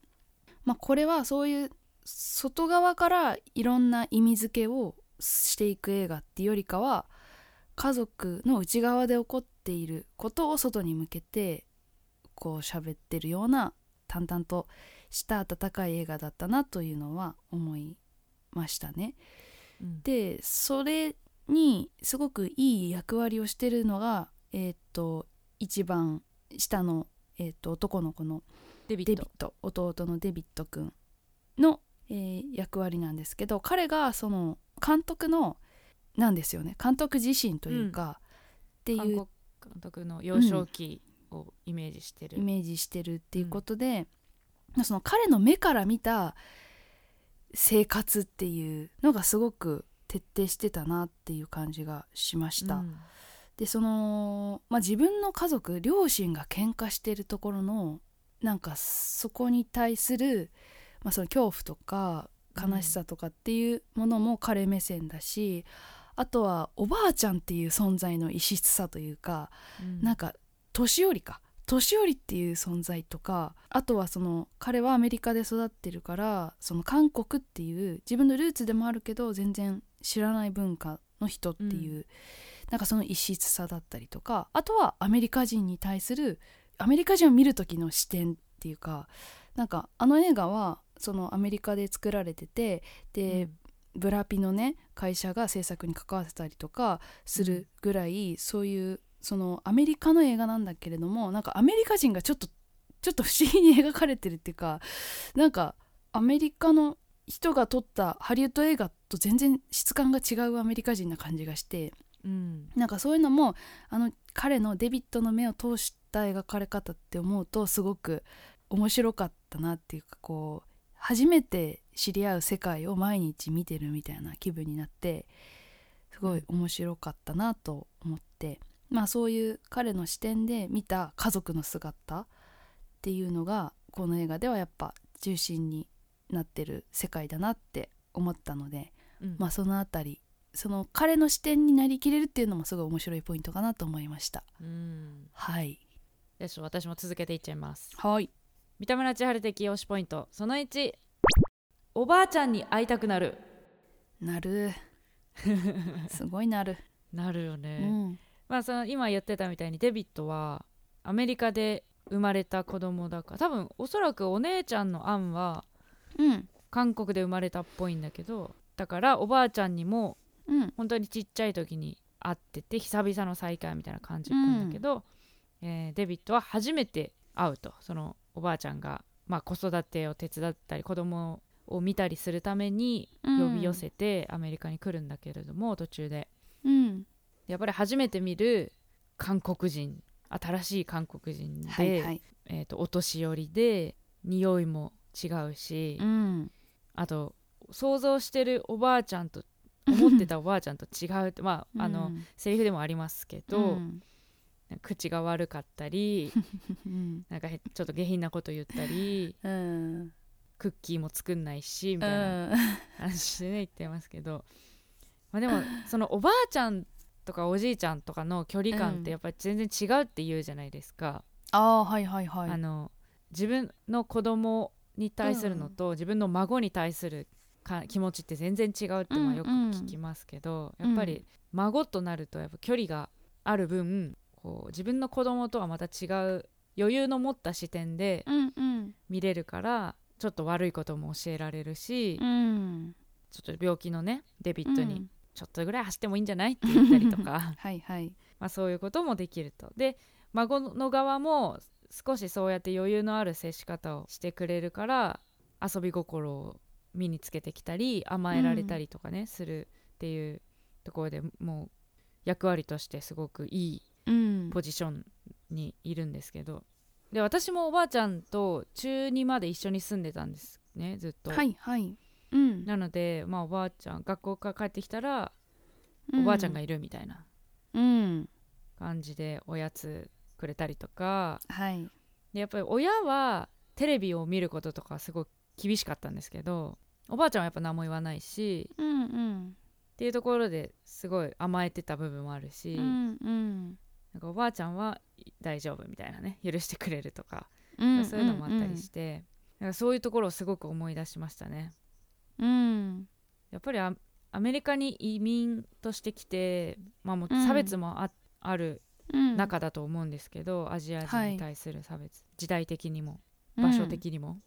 [SPEAKER 3] まあ、これはそういう外側からいろんな意味付けをしていく映画っていうよりかは家族の内側で起こっていることを外に向けてこう喋ってるような淡々とした温かい映画だったなというのは思いましたね。
[SPEAKER 2] うん
[SPEAKER 3] でそれにすごくいい役割をしてるのがえーっと一番下の、えーっと男の子の
[SPEAKER 2] デビッ
[SPEAKER 3] デビ
[SPEAKER 2] ト
[SPEAKER 3] ット弟のデビット君の、えー役割なんですけど彼がその監督のなんですよね監督自身というか、って
[SPEAKER 2] 韓
[SPEAKER 3] いう
[SPEAKER 2] 国監督の幼少期をイメージしてる、
[SPEAKER 3] イメージしてるっていうことで、その彼の目から見た生活っていうのがすごく徹底してたなっていう感じがしました。
[SPEAKER 2] うん
[SPEAKER 3] でその、まあ、自分の家族両親が喧嘩してるところのなんかそこに対する、まあ、その恐怖とか悲しさとかっていうものも彼目線だし、あとはおばあちゃんっていう存在の異質さというか、
[SPEAKER 2] うん
[SPEAKER 3] なんか年寄りか年寄りっていう存在とかあとはその彼はアメリカで育ってるからその韓国っていう自分のルーツでもあるけど全然知らない文化の人っていう、なんかその異質さだったりとかあとはアメリカ人に対するアメリカ人を見る時の視点っていうかなんかあの映画はそのアメリカで作られててで、ブラピのね会社が制作に関わってたりとかするぐらい、そういうそのアメリカの映画なんだけれどもなんかアメリカ人がちょっとちょっと不思議に描かれてるっていうかなんかアメリカの人が撮ったハリウッド映画と全然質感が違うアメリカ人な感じがして
[SPEAKER 2] うん
[SPEAKER 3] なんかそういうのもあの彼のデビットの目を通した描かれ方って思うとすごく面白かったなっていうかこう初めて知り合う世界を毎日見てるみたいな気分になってすごい面白かったなと思って、まあそういう彼の視点で見た家族の姿っていうのがこの映画ではやっぱ中心になってる世界だなって思ったので
[SPEAKER 2] うん
[SPEAKER 3] まあ、そのあたりその彼の視点になりきれるっていうのもすごい面白いポイントかなと思いました
[SPEAKER 2] うん
[SPEAKER 3] はい
[SPEAKER 2] でしょ私も続けていっちゃいます
[SPEAKER 3] はい
[SPEAKER 2] 三田村千春的推しポイントその1おばあちゃんに会いたくなる
[SPEAKER 3] なる すごいなる、
[SPEAKER 2] なるよね、
[SPEAKER 3] うん
[SPEAKER 2] まあその今言ってたみたいにデビットはアメリカで生まれた子供だから多分おそらくお姉ちゃんのアンは
[SPEAKER 3] うん
[SPEAKER 2] 韓国で生まれたっぽいんだけどだからおばあちゃんにも
[SPEAKER 3] うん
[SPEAKER 2] 本当にちっちゃい時に会ってて久々の再会みたいな感じなんだけど、えーデビットは初めて会うとそのおばあちゃんが、まあ、子育てを手伝ったり子供を見たりするために呼び寄せてアメリカに来るんだけれども、途中で
[SPEAKER 3] うん
[SPEAKER 2] やっぱり初めて見る韓国人新しい韓国人で、
[SPEAKER 3] はいはい
[SPEAKER 2] えー、とお年寄りで匂いも違うし、
[SPEAKER 3] うん
[SPEAKER 2] あと想像してるおばあちゃんと思ってたおばあちゃんと違うってまああの、
[SPEAKER 3] うん
[SPEAKER 2] セリフでもありますけど、
[SPEAKER 3] うん
[SPEAKER 2] なんか口が悪かった り
[SPEAKER 3] うん
[SPEAKER 2] なんかへちょっと下品なこと言ったり
[SPEAKER 3] うん
[SPEAKER 2] クッキーも作んないしみ
[SPEAKER 3] う
[SPEAKER 2] たいなん話でね言ってますけど、まあ、でもそのおばあちゃんとかおじいちゃんとかの距離感っ
[SPEAKER 3] うん
[SPEAKER 2] てやっぱり全然違うって言うじゃないですか。
[SPEAKER 3] ああはいはいはい
[SPEAKER 2] あの自分の子供に対するのと、自分の孫に対するか気持ちって全然違うってまあよく聞きますけど、
[SPEAKER 3] うんうん
[SPEAKER 2] やっぱり孫となるとやっぱ距離がある分こう自分の子供とはまた違う余裕の持った視点で
[SPEAKER 3] うんうん
[SPEAKER 2] 見れるからちょっと悪いことも教えられるし、
[SPEAKER 3] うん
[SPEAKER 2] ちょっと病気のねデビット
[SPEAKER 3] う
[SPEAKER 2] に
[SPEAKER 3] ん
[SPEAKER 2] ちょっとぐらい走ってもいいんじゃないって言ったりとか。
[SPEAKER 3] はいはい
[SPEAKER 2] まあ、そういうこともできると。で孫の側も少しそうやって余裕のある接し方をしてくれるから遊び心を身につけてきたり甘えられたりとかね、するっていうところでもう役割としてすごくいい
[SPEAKER 3] うん
[SPEAKER 2] ポジションにいるんですけどで私もおばあちゃんと中2まで一緒に住んでたんですねずっと。
[SPEAKER 3] はいはいうん
[SPEAKER 2] なので、まあ、おばあちゃん学校から帰ってきたらおばあちゃんがいるみたいな
[SPEAKER 3] うん
[SPEAKER 2] 感じでおやつくれたりとか
[SPEAKER 3] はい
[SPEAKER 2] でやっぱり親はテレビを見ることとかすごい厳しかったんですけどおばあちゃんはやっぱ何も言わないし
[SPEAKER 3] うんうん
[SPEAKER 2] っていうところですごい甘えてた部分もあるし、
[SPEAKER 3] うんうん
[SPEAKER 2] なんかおばあちゃんは大丈夫みたいなね許してくれるとか、
[SPEAKER 3] うん
[SPEAKER 2] そういうのもあったりして、なんかそういうところをすごく思い出しましたね。
[SPEAKER 3] うん
[SPEAKER 2] やっぱりあアメリカに移民として来て、まあ、もう差別もあ,、ある
[SPEAKER 3] うん
[SPEAKER 2] 中だと思うんですけどアジア人
[SPEAKER 3] はい
[SPEAKER 2] に対する差別、時代的にも場所
[SPEAKER 3] うん
[SPEAKER 2] 的にも。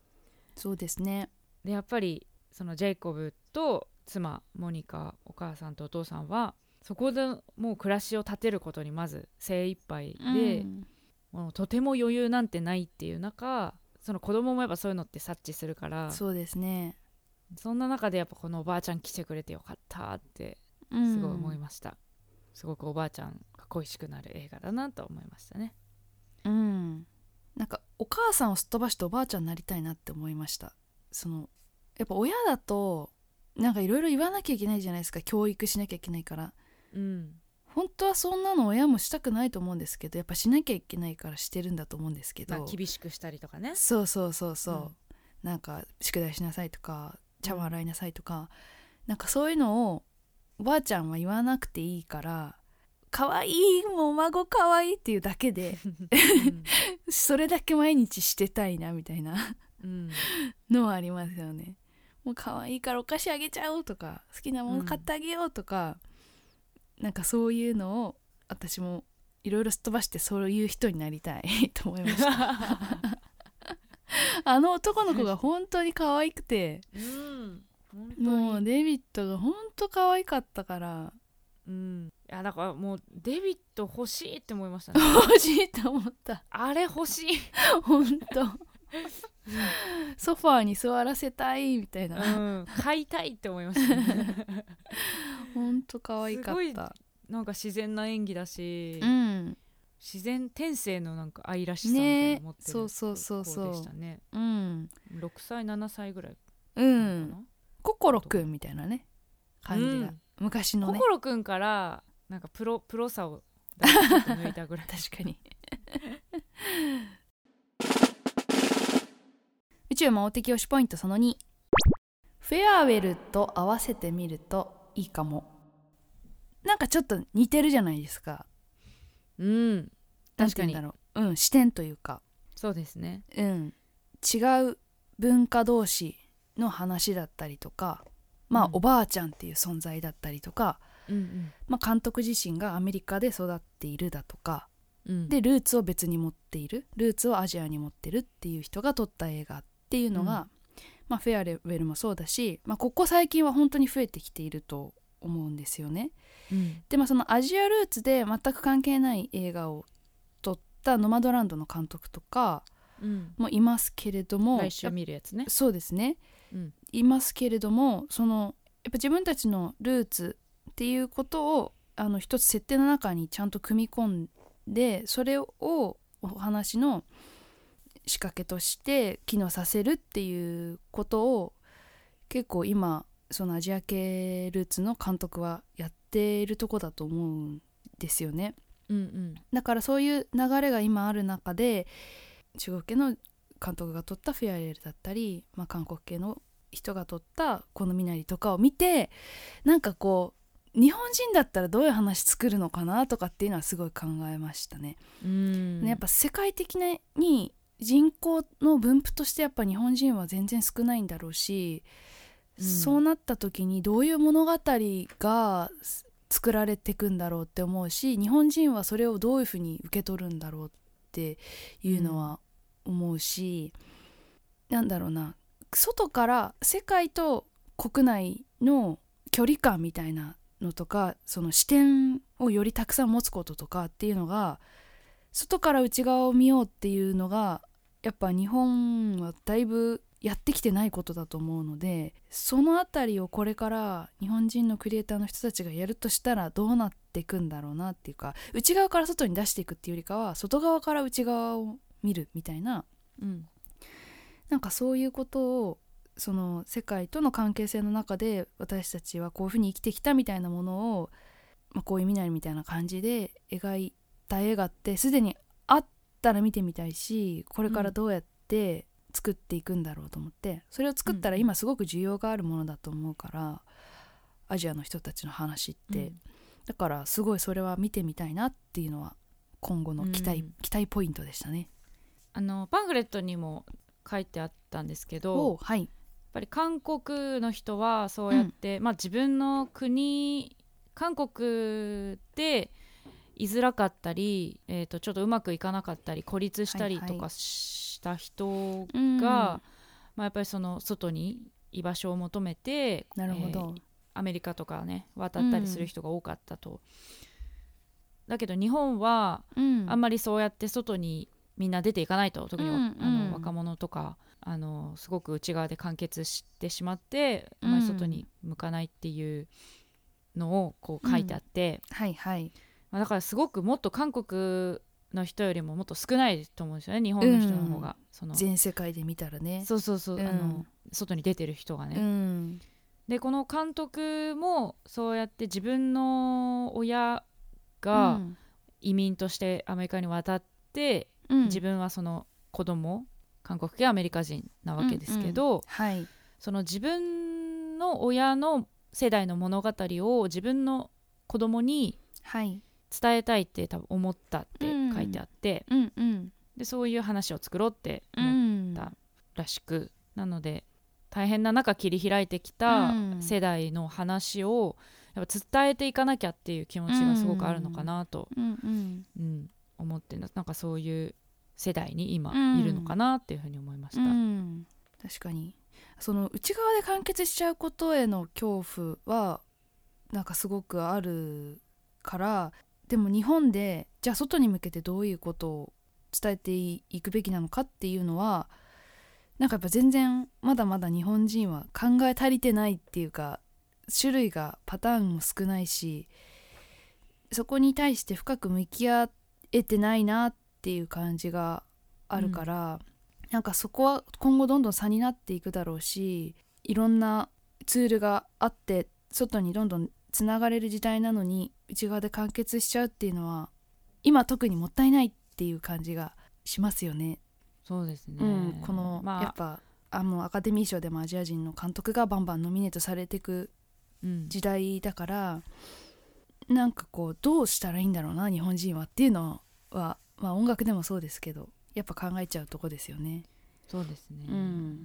[SPEAKER 3] そうですね
[SPEAKER 2] でやっぱりそのジェイコブと妻モニカお母さんとお父さんはそこでもう暮らしを立てることにまず精一杯で、
[SPEAKER 3] うん
[SPEAKER 2] もうとても余裕なんてないっていう中その子供もやっぱそういうのって察知するから
[SPEAKER 3] そうですね
[SPEAKER 2] そんな中でやっぱこのおばあちゃん来てくれてよかったって
[SPEAKER 3] うん
[SPEAKER 2] すごい思いました、すごくおばあちゃんが恋しくなる映画だなと思いましたね
[SPEAKER 3] うんなんかお母さんをすっ飛ばしておばあちゃんになりたいなって思いましたそのやっぱ親だとなんかいろいろ言わなきゃいけないじゃないですか教育しなきゃいけないから
[SPEAKER 2] うん
[SPEAKER 3] 本当はそんなの親もしたくないと思うんですけどやっぱしなきゃいけないからしてるんだと思うんですけ
[SPEAKER 2] まあ
[SPEAKER 3] ど
[SPEAKER 2] 厳しくしたりとかね
[SPEAKER 3] そうそうそうそう、
[SPEAKER 2] うん
[SPEAKER 3] なんか宿題しなさいとか茶碗洗いなさいとか、なんかそういうのをおばあちゃんは言わなくていいから可愛いもう孫可愛いっていうだけ でそれだけ毎日してたいなみたいな
[SPEAKER 2] うん、うん
[SPEAKER 3] のはありますよねもう可愛いからお菓子あげちゃおうとか好きなもの買ってあげようとか、なんかそういうのを私もいろいろすっ飛ばしてそういう人になりたい と思いましたあの男の子が本当に可愛くて
[SPEAKER 2] うん本当に
[SPEAKER 3] もうデイビッドが本当可愛かったから
[SPEAKER 2] うん、いやだからもうデビット欲しいって思いましたね
[SPEAKER 3] 欲しいと思った
[SPEAKER 2] あれ欲しい、、
[SPEAKER 3] 本当ソファーに座らせたいみたいうなん
[SPEAKER 2] 買いたいって思いまし たね
[SPEAKER 3] 本当可愛かっ
[SPEAKER 2] すご
[SPEAKER 3] た
[SPEAKER 2] なんか自然な演技だし、
[SPEAKER 3] うん
[SPEAKER 2] 自然天性のなんか愛らしさみたいなの持ってる
[SPEAKER 3] ねそうそうそうそう
[SPEAKER 2] 子でしたね
[SPEAKER 3] うん
[SPEAKER 2] 6歳7歳ぐらいか
[SPEAKER 3] う
[SPEAKER 2] な、
[SPEAKER 3] ん心くんみたいなね感じが、
[SPEAKER 2] うん
[SPEAKER 3] 昔のね
[SPEAKER 2] 心くんからなんかプロプロさをだいぶちょっと抜いた ぐらい
[SPEAKER 3] 確かに宇宙魔王的推しポイントその2フェアウェルと合わせてみるといいかもなんかちょっと似てるじゃないですか
[SPEAKER 2] うん確かに
[SPEAKER 3] なんて言うんだろう、うん、視点というか、
[SPEAKER 2] そうですね
[SPEAKER 3] うん、違う文化同士の話だったりとかまあ、
[SPEAKER 2] うん
[SPEAKER 3] おばあちゃんっていう存在だったりとか、
[SPEAKER 2] うん
[SPEAKER 3] まあ、監督自身がアメリカで育っているだとか
[SPEAKER 2] うんうん
[SPEAKER 3] でルーツを別に持っているルーツをアジアに持ってるっていう人が撮った映画っていうのが、
[SPEAKER 2] う
[SPEAKER 3] まあ、フェアレウェルもそうだし、まあ、ここ最近は本当に増えてきていると思うんですよね。
[SPEAKER 2] うん
[SPEAKER 3] で、まあ、そのアジアルーツで全く関係ない映画を撮った「ノマドランド」の監督とか
[SPEAKER 2] うん
[SPEAKER 3] もいますけれども
[SPEAKER 2] 来週見るやつね
[SPEAKER 3] そうですね、
[SPEAKER 2] うん
[SPEAKER 3] いますけれどもそのやっぱ自分たちのルーツっていうことをあの一つ設定の中にちゃんと組み込んでそれをお話の仕掛けとして機能させるっていうことを結構今そのアジア系ルーツの監督はやっているとこだと思うんですよね。
[SPEAKER 2] うんうん
[SPEAKER 3] だからそういう流れが今ある中で中国系の監督が撮った「フェアレール」だったり、まあ、韓国系の人が撮った「このみなり」とかを見てなんかこう日本人だったらどういう話作るのかなとかっていうのはすごい考えましたね。
[SPEAKER 2] うん
[SPEAKER 3] やっぱ世界的に人口の分布としてやっぱ日本人は全然少ないんだろうし、
[SPEAKER 2] うん
[SPEAKER 3] そうなった時にどういう物語がす作られていくんだろうって思うし日本人はそれをどういうふうに受け取るんだろうっていうのは思うし、なんだろうな外から世界と国内の距離感みたいなのとかその視点をよりたくさん持つこととかっていうのが外から内側を見ようっていうのがやっぱ日本はだいぶやってきてないことだと思うのでそのあたりをこれから日本人のクリエイターの人たちがやるとしたらどうなっていくんだろうなっていうか内側から外に出していくっていうよりかは外側から内側を見るみたいな
[SPEAKER 2] うん
[SPEAKER 3] なんかそういうことをその世界との関係性の中で私たちはこういうふうに生きてきたみたいなものを、まあ、こういう未来みたいな感じで描いた映画ってすでにあったら見てみたいしこれからどうやって作っていくんだろうと思って、それを作ったら
[SPEAKER 2] うん
[SPEAKER 3] 今すごく需要があるものだと思うからアジアの人たちの話って、
[SPEAKER 2] うん
[SPEAKER 3] だからすごいそれは見てみたいなっていうのは今後の期待、
[SPEAKER 2] うん
[SPEAKER 3] 期待ポイントでしたね。
[SPEAKER 2] あのパンフレットにも書いてあったんですけ
[SPEAKER 3] お
[SPEAKER 2] ど
[SPEAKER 3] うはい、
[SPEAKER 2] ぱり韓国の人はそうやって、まあ、自分の国韓国で居づらかったり、えー、とちょっとうまくいかなかったり孤立したり
[SPEAKER 3] はいはい
[SPEAKER 2] とかした人が、
[SPEAKER 3] うん
[SPEAKER 2] まあ、やっぱりその外に居場所を求めて
[SPEAKER 3] なるほ
[SPEAKER 2] えー
[SPEAKER 3] ど、
[SPEAKER 2] アメリカとかね渡ったりする人が多かったと。だけど日本は
[SPEAKER 3] うん
[SPEAKER 2] あんまりそうやって外にみんな出ていかないと特にわ、
[SPEAKER 3] うんうん
[SPEAKER 2] あの若者とかあのすごく内側で完結してしまって、あんまり外に向かないっていうのをこう書いてあって、
[SPEAKER 3] はいはい
[SPEAKER 2] まあ、だからすごくもっと韓国の人よりももっと少ないと思うんですよね日本の人の方が、その
[SPEAKER 3] 全世界で見たらね
[SPEAKER 2] そうそうそう、あ
[SPEAKER 3] うん
[SPEAKER 2] の外に出てる人がね。
[SPEAKER 3] うん
[SPEAKER 2] でこの監督もそうやって自分の親が
[SPEAKER 3] うん
[SPEAKER 2] 移民としてアメリカに渡って、
[SPEAKER 3] うん
[SPEAKER 2] 自分はその子供韓国系アメリカ人なわけですけど、
[SPEAKER 3] はい
[SPEAKER 2] その自分の親の世代の物語を自分の子供に
[SPEAKER 3] はい
[SPEAKER 2] 伝えたいって多分思ったって書いてあって、
[SPEAKER 3] うんうん
[SPEAKER 2] でそういう話を作ろうって
[SPEAKER 3] う
[SPEAKER 2] 思っ
[SPEAKER 3] ん
[SPEAKER 2] たらしく、なので大変な中切り開いてきた
[SPEAKER 3] うん
[SPEAKER 2] 世代の話をやっぱ伝えていかなきゃっていう気持ちがすごくあるのかなと、
[SPEAKER 3] うんうん
[SPEAKER 2] うん、思ってななんかそういう世代に今
[SPEAKER 3] うん
[SPEAKER 2] いるのかなっていうふうに思いました。
[SPEAKER 3] うん、確かにその内側で完結しちゃうことへの恐怖はなんかすごくあるからでも日本でじゃあ外に向けてどういうことを伝えていくべきなのかっていうのはなんかやっぱ全然まだまだ日本人は考え足りてないっていうか種類がパターンも少ないしそこに対して深く向き合えてないなっていう感じがあるから、なんかそこは今後どんどん差になっていくだろうしいろんなツールがあって外にどんどんつながれる時代なのに内側で完結しちゃうっていうのは今特にもったいないっていう感じがしますよね。
[SPEAKER 2] そうですね。
[SPEAKER 3] うん、この、
[SPEAKER 2] まあ、
[SPEAKER 3] やっぱあもうアカデミー賞でもアジア人の監督がバンバンノミネートされていく
[SPEAKER 2] うん、
[SPEAKER 3] 時代だからなんかこうどうしたらいいんだろうな日本人はっていうのは、まあ、音楽でもそうですけどやっぱ考えちゃうとこですよね。
[SPEAKER 2] そうですね、
[SPEAKER 3] うん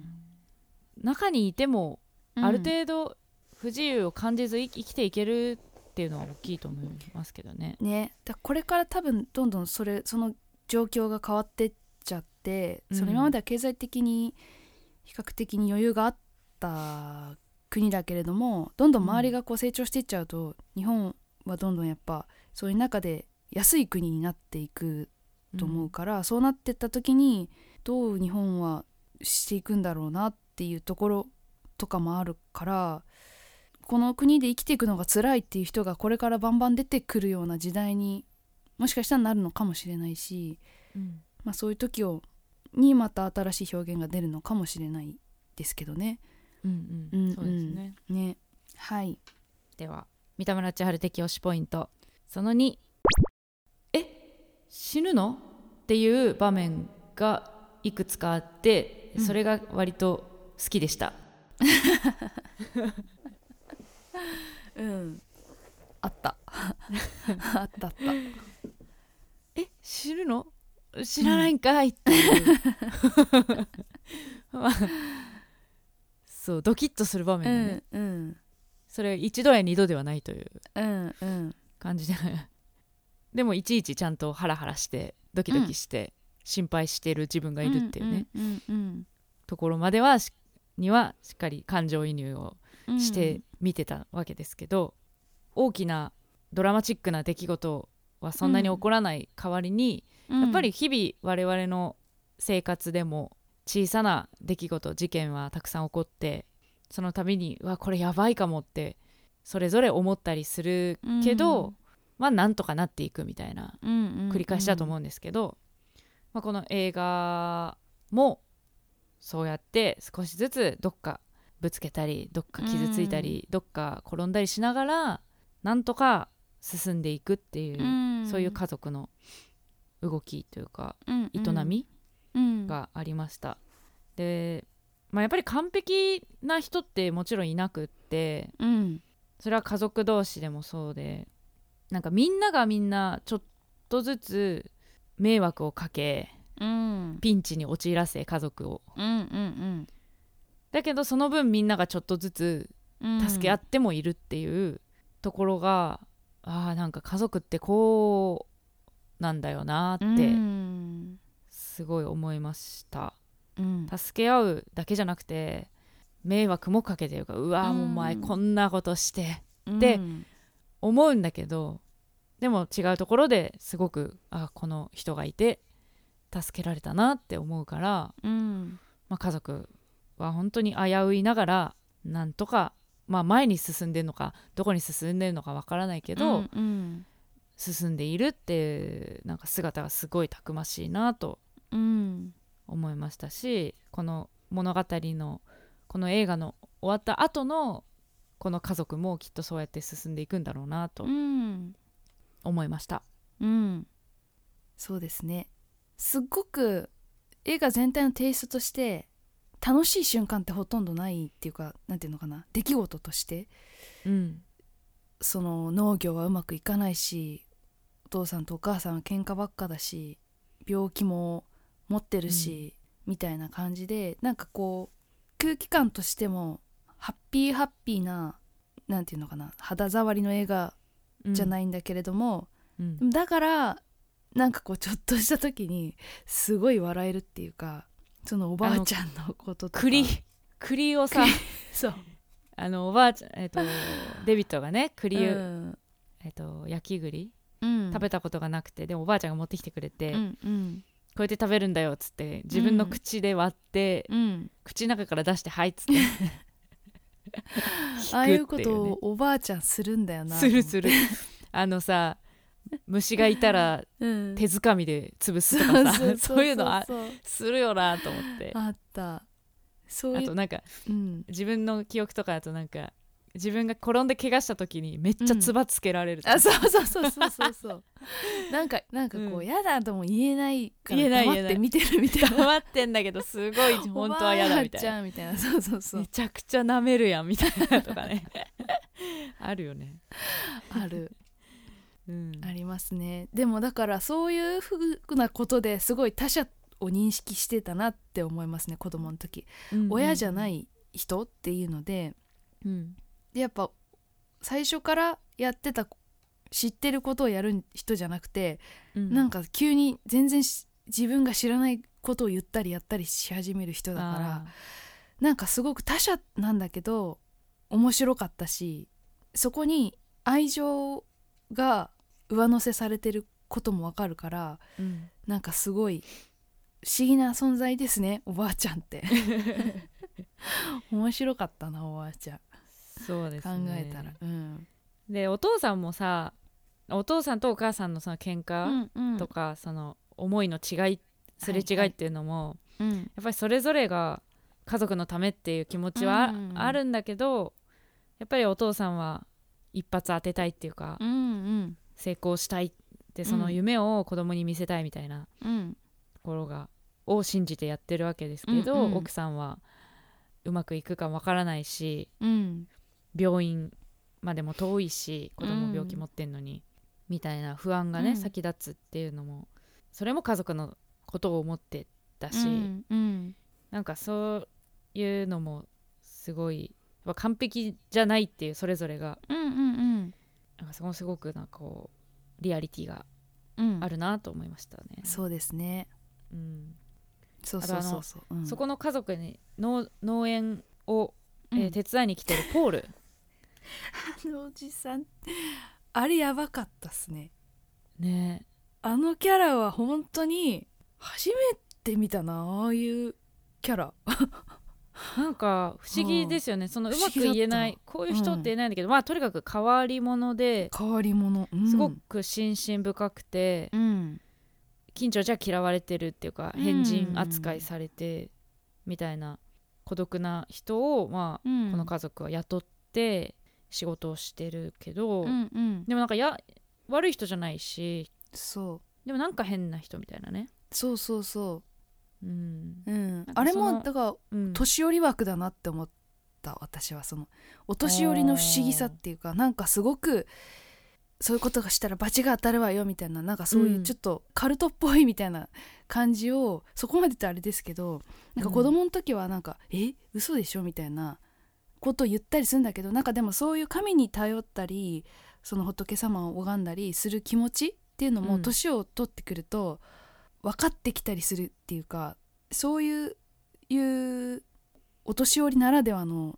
[SPEAKER 2] 中にいても、ある
[SPEAKER 3] 度
[SPEAKER 2] 程度不自由を感じずい生きていけるっていうのは大きいと思いますけどね。
[SPEAKER 3] ねだこれから多分どんどんそれその状況が変わってっちゃって、
[SPEAKER 2] うん
[SPEAKER 3] その今までは経済的に比較的に余裕があった国だけれどもどんどん周りがこう成長していっちゃうと、日本はどんどんやっぱそういう中で安い国になっていくと思うから、そうなってった時にどう日本はしていくんだろうなっていうところとかもあるからこの国で生きていくのが辛いっていう人がこれからバンバン出てくるような時代にもしかしたらなるのかもしれないし、
[SPEAKER 2] うん
[SPEAKER 3] まあ、そういう時をにまた新しい表現が出るのかもしれないですけどね。
[SPEAKER 2] うん
[SPEAKER 3] うんうん
[SPEAKER 2] そうですね。
[SPEAKER 3] ねはい
[SPEAKER 2] では三田村千春的推しポイントその2え死ぬのっていう場面がいくつかあって、
[SPEAKER 3] うん
[SPEAKER 2] それが割と好きでした。
[SPEAKER 3] うん、あった あったあった
[SPEAKER 2] え知るの知らないんかいっていう、まあそうドキッとする場面
[SPEAKER 3] う
[SPEAKER 2] だね、
[SPEAKER 3] んうん
[SPEAKER 2] それ一度や二度ではないという
[SPEAKER 3] うんうん
[SPEAKER 2] 感じででもいちいちちゃんとハラハラしてドキドキして、心配してる自分がいるっていうね、
[SPEAKER 3] うんうん
[SPEAKER 2] ところまではしにはしっかり感情移入を
[SPEAKER 3] うん
[SPEAKER 2] して見てたわけですけど、大きなドラマチックな出来事はそんなに起こらない代わりに、やっぱり日々我々の生活でも小さな出来事事件はたくさん起こってその度にうわこれやばいかもってそれぞれ思ったりするけど、
[SPEAKER 3] うん
[SPEAKER 2] まあなんとかなっていくみたいな繰
[SPEAKER 3] 繰
[SPEAKER 2] り返しだと思
[SPEAKER 3] う
[SPEAKER 2] うんですけど、まあ、この映画もそうやって少しずつどっかぶつけたりどっか傷ついたり、どっか転んだりしながらなんとか進んでいくっていう、
[SPEAKER 3] ん
[SPEAKER 2] そういう家族の動きというか
[SPEAKER 3] うん
[SPEAKER 2] 営み
[SPEAKER 3] うん
[SPEAKER 2] がありました、で、まあ、やっぱり完璧な人ってもちろんいなくって
[SPEAKER 3] うん
[SPEAKER 2] それは家族同士でもそうでなんかみんながみんなちょっとずつ迷惑をかけ
[SPEAKER 3] うん
[SPEAKER 2] ピンチに陥らせ家族を
[SPEAKER 3] うんうん
[SPEAKER 2] だけどその分みんながちょっとずつ助け合ってもいるっていうところが、ああなんか家族ってこうなんだよな
[SPEAKER 3] うん
[SPEAKER 2] って
[SPEAKER 3] うん
[SPEAKER 2] すごい思いました、
[SPEAKER 3] うん
[SPEAKER 2] 助け合うだけじゃなくて迷惑もかけてるからうわー
[SPEAKER 3] うん
[SPEAKER 2] お前こんなことしてで
[SPEAKER 3] うん
[SPEAKER 2] 思うんだけどでも違うところですごくあこの人がいて助けられたなって思うから
[SPEAKER 3] うん
[SPEAKER 2] まあ、家族は本当に危ういながらなんとか、まあ、前に進んでるのかどこに進んでるのかわからないけど、
[SPEAKER 3] うんうん
[SPEAKER 2] 進んでいるっていうなんか姿がすごいたくましいなと
[SPEAKER 3] うん
[SPEAKER 2] 思いましたしこの物語のこの映画の終わった後のこの家族もきっとそうやって進んでいくんだろうなと
[SPEAKER 3] うん
[SPEAKER 2] 思いました。
[SPEAKER 3] うんそうですねすっごく映画全体のテイストとして楽しい瞬間ってほとんどないっていうかなんていうのかな出来事として
[SPEAKER 2] うん、
[SPEAKER 3] その農業はうまくいかないしお父さんとお母さんは喧嘩ばっかだし病気も持ってるし、みたいな感じでなんかこう空気感としてもハッピーハッピーななんていうのかな肌触りの映画じゃないいんだけれども、
[SPEAKER 2] うん
[SPEAKER 3] だからなんかこうちょっとした時にすごい笑えるっていうかそのおばあちゃんのこととか
[SPEAKER 2] 栗栗をさ
[SPEAKER 3] そう、
[SPEAKER 2] あのおばあちゃん、え っとデビットがね栗
[SPEAKER 3] う
[SPEAKER 2] を、
[SPEAKER 3] ん
[SPEAKER 2] えっと焼き栗
[SPEAKER 3] うん、
[SPEAKER 2] 食べたことがなくてでもおばあちゃんが持ってきてくれて、
[SPEAKER 3] う
[SPEAKER 2] こ
[SPEAKER 3] んうん
[SPEAKER 2] うやって食べるんだよっつって自分の口で割って、
[SPEAKER 3] うん
[SPEAKER 2] 口の中から出して「はい」 っつって
[SPEAKER 3] ああいうこ
[SPEAKER 2] 引くって
[SPEAKER 3] と
[SPEAKER 2] いう
[SPEAKER 3] を
[SPEAKER 2] ね
[SPEAKER 3] おばあちゃんするんだよな
[SPEAKER 2] するするあのさ虫がいたら
[SPEAKER 3] うん
[SPEAKER 2] 手づかみで潰すと かさそういうのあ
[SPEAKER 3] そうそう
[SPEAKER 2] するよなと思ってあ
[SPEAKER 3] あったそういう
[SPEAKER 2] となんか
[SPEAKER 3] うん、
[SPEAKER 2] 自分の記憶とかだとなんか自分が転んで怪我した時にめっちゃつばつけられるとか、
[SPEAKER 3] あそうそうそうそうそうそうなんかなんかこう、
[SPEAKER 2] うん
[SPEAKER 3] やだとも言えないから
[SPEAKER 2] 言えない
[SPEAKER 3] 黙っ
[SPEAKER 2] 言え
[SPEAKER 3] て
[SPEAKER 2] ない
[SPEAKER 3] 見てるみたいな
[SPEAKER 2] 黙ってんだけどす ごい 本当は嫌だみたいな
[SPEAKER 3] なみたいなそうそう そう
[SPEAKER 2] めちゃくちゃ舐めるやんみたいなとかね あるよね、
[SPEAKER 3] ある
[SPEAKER 2] うん、、
[SPEAKER 3] ありますねでもだからそういうふうなことですごい他者を認識してたなって思いますね子供の時、親じゃないい人っていうので
[SPEAKER 2] うん
[SPEAKER 3] でやっぱ最初からやってた知ってることをやる人じゃなくて、なんか急に全然し自分が知らないことを言ったりやったりし始める人だからなんかすごく他者なんだけど面白かったしそこに愛情が上乗せされてることもわかるから
[SPEAKER 2] ら、うん
[SPEAKER 3] なんかすごい不思議な存在ですねおばあちゃんって 面白かったなおばあちゃん
[SPEAKER 2] そうです
[SPEAKER 3] 考
[SPEAKER 2] ね
[SPEAKER 3] えたら、うん、
[SPEAKER 2] でお父さんもさお父さんとお母さんのその喧嘩
[SPEAKER 3] うん
[SPEAKER 2] とか、その思いの違いすれ違いっていうのも、
[SPEAKER 3] うん
[SPEAKER 2] やっぱりそれぞれが家族のためっていう気持ちは
[SPEAKER 3] うん
[SPEAKER 2] あるんだけど、やっぱりお父さんは一発当てたいっていうか、
[SPEAKER 3] うんうん
[SPEAKER 2] 成功したいってその夢を子供に見せたいみたいな
[SPEAKER 3] うん
[SPEAKER 2] ところがを信じてやってるわけですけど、
[SPEAKER 3] うんうん
[SPEAKER 2] 奥さんはうまくいくかわからないし
[SPEAKER 3] うん
[SPEAKER 2] 病院までも遠いし子
[SPEAKER 3] う
[SPEAKER 2] 供
[SPEAKER 3] ん
[SPEAKER 2] 病気持ってんのに、みたいな不安がね、
[SPEAKER 3] うん
[SPEAKER 2] 先立つっていうのもそれも家族のことを思ってたし、
[SPEAKER 3] うんうん
[SPEAKER 2] なんかそういうのもすごいやっぱ完璧じゃないっていうそれぞれが
[SPEAKER 3] うんうん
[SPEAKER 2] なんかそこすごくなんかこうリアリティが
[SPEAKER 3] うん
[SPEAKER 2] あるなと思いましたね。
[SPEAKER 3] そうですね
[SPEAKER 2] うん
[SPEAKER 3] そう
[SPEAKER 2] あと
[SPEAKER 3] そう
[SPEAKER 2] あの
[SPEAKER 3] そうそう、うん
[SPEAKER 2] そこの家族に農農園を、えー
[SPEAKER 3] うん
[SPEAKER 2] 手伝いに来てるポール
[SPEAKER 3] あのおじさんあれやばかったっすね
[SPEAKER 2] ね
[SPEAKER 3] あのキャラは本当に初めて見たなああいうキャラ
[SPEAKER 2] なんか不思議ですよね、そのう
[SPEAKER 3] 不思
[SPEAKER 2] ま
[SPEAKER 3] 議
[SPEAKER 2] く
[SPEAKER 3] だった
[SPEAKER 2] 言えないこういう人っていないんだけど、まあとにかく変わり者で
[SPEAKER 3] 変わり者、うん
[SPEAKER 2] すごく心身深くて、
[SPEAKER 3] うん
[SPEAKER 2] 近所じゃ嫌われてるっていうか
[SPEAKER 3] うん
[SPEAKER 2] 変人扱いされてみたいな孤独な人を、ま
[SPEAKER 3] う
[SPEAKER 2] あ、
[SPEAKER 3] ん
[SPEAKER 2] この家族は雇って仕事をしてるけど、
[SPEAKER 3] うんうん
[SPEAKER 2] でもなんかや悪い人じゃないし
[SPEAKER 3] そう
[SPEAKER 2] でもなんか変な人みたいなね。
[SPEAKER 3] そうそうそ
[SPEAKER 2] うん
[SPEAKER 3] う、うん
[SPEAKER 2] なんか
[SPEAKER 3] あれ
[SPEAKER 2] その
[SPEAKER 3] もだから
[SPEAKER 2] うん
[SPEAKER 3] 年寄り枠だなって思った私はそのお年寄りの不思議さっていうかなんかすごくそういうことがしたら罰が当たるわよみたいななんかそういううんちょっとカルトっぽいみたいな感じをそこまでとあれですけどなんか子供の時はなんか「え嘘でしょ?」みたいなことを言ったりするんだけどなんかでもそういう神に頼ったりその仏様を拝んだりする気持ちっていうの
[SPEAKER 2] う
[SPEAKER 3] も
[SPEAKER 2] ん
[SPEAKER 3] 年を取ってくると分かってきたりするっていうかそういういうお年寄りならではの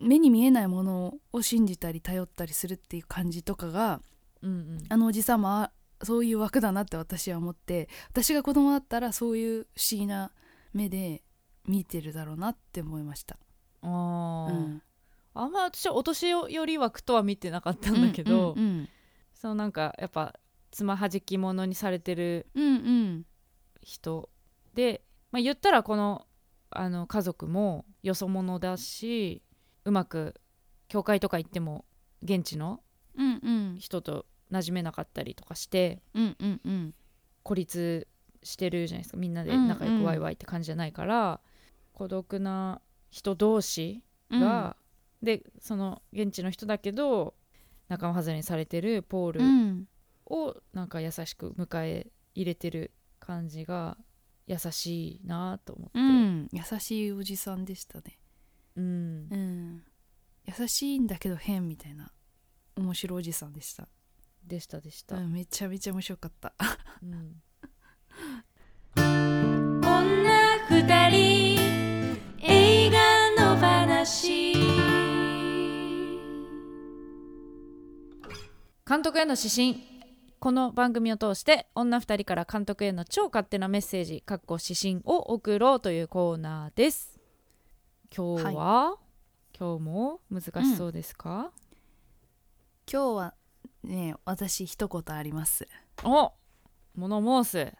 [SPEAKER 3] 目に見えないものを信じたり頼ったりするっていう感じとかが
[SPEAKER 2] うんうん
[SPEAKER 3] あのおじさまはそういう枠だなって私は思って私が子供だったらそういう不思議な目で見てるだろうなって思いました。
[SPEAKER 2] あ
[SPEAKER 3] う
[SPEAKER 2] ー、
[SPEAKER 3] ん
[SPEAKER 2] あんま私はお年寄り枠とは見てなかったんだけど、
[SPEAKER 3] うんうん
[SPEAKER 2] そのなんかやっぱつまはじき者にされてる
[SPEAKER 3] うんうん
[SPEAKER 2] 人で、まあ、言ったらこのあの家族もよそ者だしうまく教会とか行っても現地の
[SPEAKER 3] うんうん
[SPEAKER 2] 人と馴染めなかったりとかして
[SPEAKER 3] うんうんうん
[SPEAKER 2] 孤立してるじゃないですかみんなで
[SPEAKER 3] うんうん
[SPEAKER 2] 仲良くワイワイって感じじゃないから、孤独な人同士が、でその現地の人だけど仲間外れにされてるポール
[SPEAKER 3] うん
[SPEAKER 2] をなんか優しく迎え入れてる感じが優しいなと思って、
[SPEAKER 3] うん優しいおじさんでしたね。
[SPEAKER 2] うん
[SPEAKER 3] うん優しいんだけど変みたいな面白いおじさんでした、
[SPEAKER 2] でしたでした、
[SPEAKER 3] うん、めちゃめちゃ面白かった
[SPEAKER 2] うん
[SPEAKER 1] 女二人映画の話
[SPEAKER 2] 監督への指針この番組を通して女2人から監督への超勝手なメッセージかっこ指針を送ろうというコーナーです今日は、今日も難しそうですか、
[SPEAKER 3] 今日はね私一言あります
[SPEAKER 2] お物申す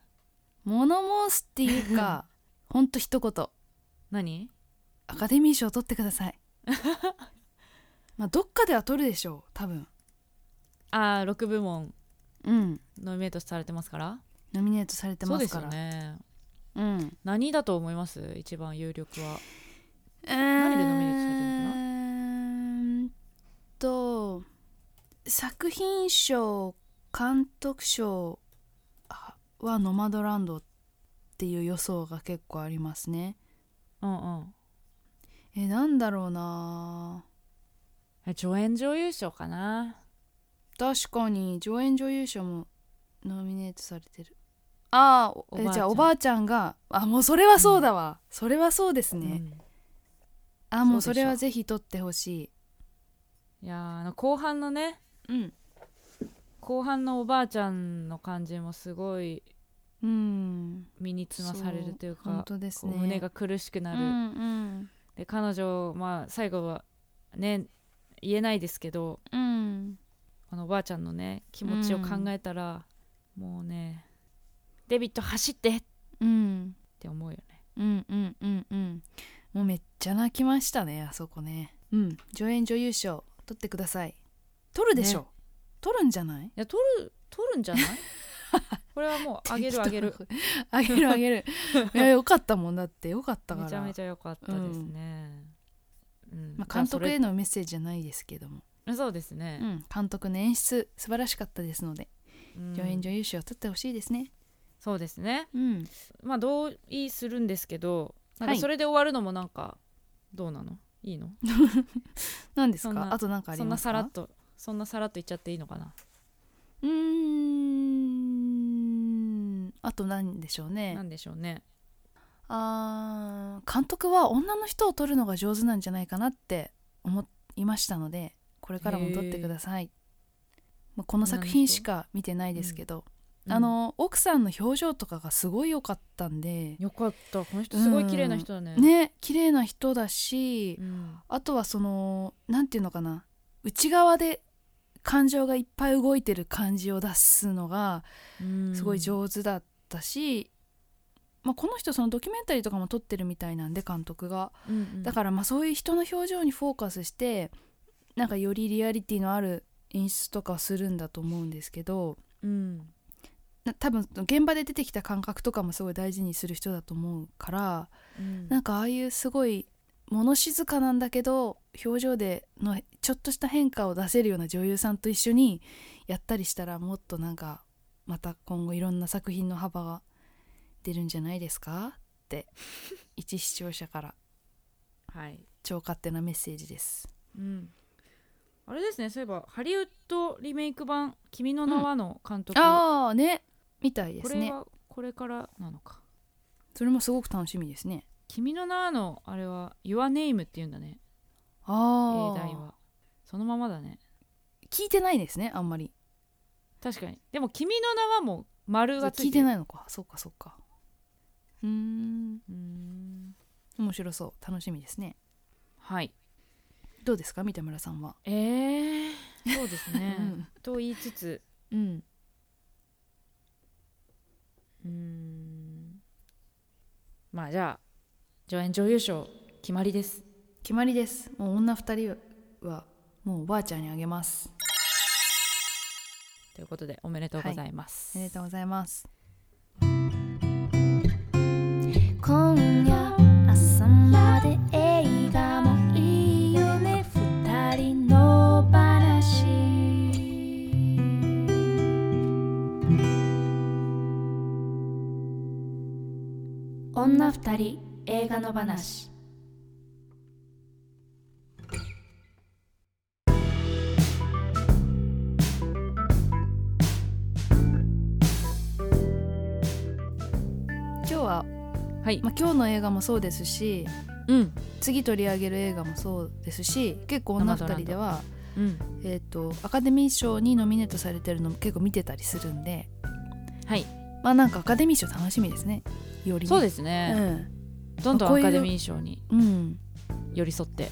[SPEAKER 3] 物申すっていう かほんと一言
[SPEAKER 2] 何
[SPEAKER 3] アカデミー賞取ってくださ いまあどっかでは取るでしょう多分
[SPEAKER 2] あー6部門
[SPEAKER 3] うん
[SPEAKER 2] ノミネートされてますから
[SPEAKER 3] ノミネートされて
[SPEAKER 2] そう
[SPEAKER 3] ま
[SPEAKER 2] ですす
[SPEAKER 3] か
[SPEAKER 2] よ
[SPEAKER 3] ら
[SPEAKER 2] ね
[SPEAKER 3] うんう
[SPEAKER 2] 何だと思います一番有力は
[SPEAKER 3] 何
[SPEAKER 2] でノミネートされてるのかな
[SPEAKER 3] のかなと作品賞監督賞あはノマドランドっていう予想が結構ありますね
[SPEAKER 2] うんうん
[SPEAKER 3] えなんだろうな
[SPEAKER 2] え助演女優賞かな
[SPEAKER 3] 確かに上演女優賞もノミネートされてるああ
[SPEAKER 2] おばあちゃん
[SPEAKER 3] じゃあおばあちゃんがあもうそれはそうだわ、それはそうですね、あもう
[SPEAKER 2] そ
[SPEAKER 3] そう
[SPEAKER 2] でしょ
[SPEAKER 3] れはぜひ取ってほし
[SPEAKER 2] うんいやーあの後半のね
[SPEAKER 3] いうん
[SPEAKER 2] 後半のおばあちゃんの感じもすごい
[SPEAKER 3] うん
[SPEAKER 2] 身につまされるという
[SPEAKER 3] そう本
[SPEAKER 2] か
[SPEAKER 3] 当です
[SPEAKER 2] こう
[SPEAKER 3] ね
[SPEAKER 2] 胸が苦しくなる、
[SPEAKER 3] うんうん
[SPEAKER 2] で彼女、まあ、最後はね言えないですけど
[SPEAKER 3] うん
[SPEAKER 2] あのおばあちゃんのね気持ちを考えたら、もうねデビット走ってっ
[SPEAKER 3] うん
[SPEAKER 2] て思うよね
[SPEAKER 3] うんうんうんうんもうめっちゃ泣きましたねあそこねうん上演女優賞取ってください取るでしょ、
[SPEAKER 2] ね
[SPEAKER 3] 取るんじゃない
[SPEAKER 2] いや取る取るんじ ゃないこれはもうあげるあげる
[SPEAKER 3] あげるあげるいやよかったもんだってよかったから
[SPEAKER 2] めちゃめちゃ良かったですね、うん
[SPEAKER 3] まあ、監督
[SPEAKER 2] じゃ
[SPEAKER 3] へのメッセージじゃないですけども、
[SPEAKER 2] あそれそうです
[SPEAKER 3] う
[SPEAKER 2] ね、
[SPEAKER 3] ん、監督の演出素晴らしかったですので、
[SPEAKER 2] うん
[SPEAKER 3] 助演女優賞を取ってほしいですね
[SPEAKER 2] そうですね
[SPEAKER 3] うん
[SPEAKER 2] まあ同意するんですけどなん
[SPEAKER 3] は
[SPEAKER 2] か
[SPEAKER 3] い
[SPEAKER 2] それで終わるのもなんかどうなのいいの
[SPEAKER 3] 何です
[SPEAKER 2] そん
[SPEAKER 3] か
[SPEAKER 2] な
[SPEAKER 3] あと何かあり
[SPEAKER 2] そんな
[SPEAKER 3] ますか
[SPEAKER 2] さらっとそんなさらっと言っちゃっていいのかな
[SPEAKER 3] うーんあと何でしょうね
[SPEAKER 2] なんでしょうね
[SPEAKER 3] あー監督は女の人を撮るのが上手なんじゃないかなって思いましたのでこれからも撮ってください、まあこの作品しか見てないですけど、あの奥さんの表情とかがすごい良かったんで
[SPEAKER 2] うん、よかったこの人すごい綺麗な人だね、
[SPEAKER 3] ね綺麗な人だし、
[SPEAKER 2] うん
[SPEAKER 3] あとはそのなんていうのかな内側で感情がいっぱい動いてる感じを出すのが
[SPEAKER 2] うん
[SPEAKER 3] すごい上手だったし、まあ、この人そのドキュメンタリーとかも撮ってるみたいなんで監督が
[SPEAKER 2] うんうん
[SPEAKER 3] だからまあそういう人の表情にフォーカスしてなんかよりリアリティのある演出とかをするんだと思うんですけど
[SPEAKER 2] うん
[SPEAKER 3] な多分現場で出てきた感覚とかもすごい大事にする人だと思うから
[SPEAKER 2] うん
[SPEAKER 3] なんかああいうすごい物静かなんだけど表情でのちょっとした変化を出せるような女優さんと一緒にやったりしたらもっとなんかまた今後いろんな作品の幅が出るんじゃないですかって 一視聴者から
[SPEAKER 2] はい、
[SPEAKER 3] 超勝手なメッセージです
[SPEAKER 2] うん、あれですねそういえばハリウッドリメイク版「君の名は」の監督、
[SPEAKER 3] ああねみたいで
[SPEAKER 2] こ
[SPEAKER 3] す
[SPEAKER 2] れ
[SPEAKER 3] ね
[SPEAKER 2] はこれからなのか
[SPEAKER 3] それもすごく楽しみですね
[SPEAKER 2] 「君の名は」のあれは「YourName」っていうんだね英
[SPEAKER 3] あ
[SPEAKER 2] 題
[SPEAKER 3] あ
[SPEAKER 2] はそのままだね
[SPEAKER 3] 聞いてないですねあんまり
[SPEAKER 2] 確かにでも「君の名は」も丸がつ
[SPEAKER 3] 聞
[SPEAKER 2] い
[SPEAKER 3] い
[SPEAKER 2] て
[SPEAKER 3] て
[SPEAKER 2] る
[SPEAKER 3] ないのかそうかそうかうーん
[SPEAKER 2] うーん
[SPEAKER 3] 面白そう楽しみですね
[SPEAKER 2] はい
[SPEAKER 3] どうですか三田村さんは
[SPEAKER 2] えー、そうですね、
[SPEAKER 3] うん
[SPEAKER 2] と言いつつ
[SPEAKER 3] うん
[SPEAKER 2] うーんまあじゃあ助演女優賞決まりです
[SPEAKER 3] 決まりですもう女二人はもうおばあちゃんにあげます
[SPEAKER 2] ということでおめでとうございます、
[SPEAKER 3] おめでとうございます
[SPEAKER 1] 今夜朝まで映画もいいよね二人の話女二人映画の話
[SPEAKER 3] 今日は、
[SPEAKER 2] はい
[SPEAKER 3] まあ、今日の映画もそうですし
[SPEAKER 2] うん
[SPEAKER 3] 次取り上げる映画もそうですし結構女二人では、
[SPEAKER 2] うん
[SPEAKER 3] えー、とアカデミー賞にノミネートされてるのも結構見てたりするんで
[SPEAKER 2] はい
[SPEAKER 3] まあなんかアカデミー賞楽しみですねよりね
[SPEAKER 2] そうですね、どんど
[SPEAKER 3] こ
[SPEAKER 2] ん
[SPEAKER 3] う
[SPEAKER 2] ア
[SPEAKER 3] いう
[SPEAKER 2] カデミー賞に
[SPEAKER 3] うん、うん、
[SPEAKER 2] 寄り 添って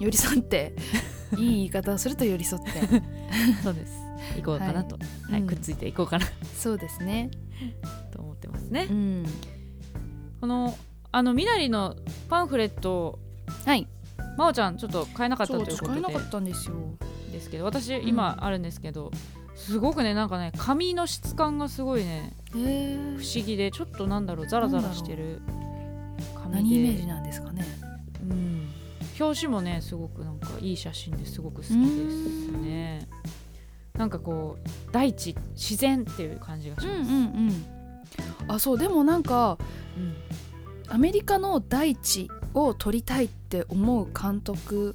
[SPEAKER 3] 寄り添っていい言い方をすると寄り添って
[SPEAKER 2] そうです行こうかなと、はい
[SPEAKER 3] うん
[SPEAKER 2] くっついていこうかな
[SPEAKER 3] そうですね
[SPEAKER 2] と思ってますね、
[SPEAKER 3] うん
[SPEAKER 2] このあのみなりのパンフレットを
[SPEAKER 3] はい
[SPEAKER 2] まおちゃんちょっと買えなかったというこ
[SPEAKER 3] そう使え
[SPEAKER 2] と
[SPEAKER 3] な
[SPEAKER 2] で
[SPEAKER 3] かったんですよ
[SPEAKER 2] ですけど私
[SPEAKER 3] ん
[SPEAKER 2] 今あるんですけど、すごくねなんかね髪の質感がすごいね
[SPEAKER 3] へえ
[SPEAKER 2] 不思議でちょっとなんだろうザラザラしてる髪
[SPEAKER 3] 何
[SPEAKER 2] で
[SPEAKER 3] イメージなんですかね
[SPEAKER 2] うん、表紙もねすごくなんかいい写真ですごく好きですねなんかこう大地自然っていう感じがします、
[SPEAKER 3] んあそうでもなんか
[SPEAKER 2] うん
[SPEAKER 3] アメリカの大地を撮りたいって思う監督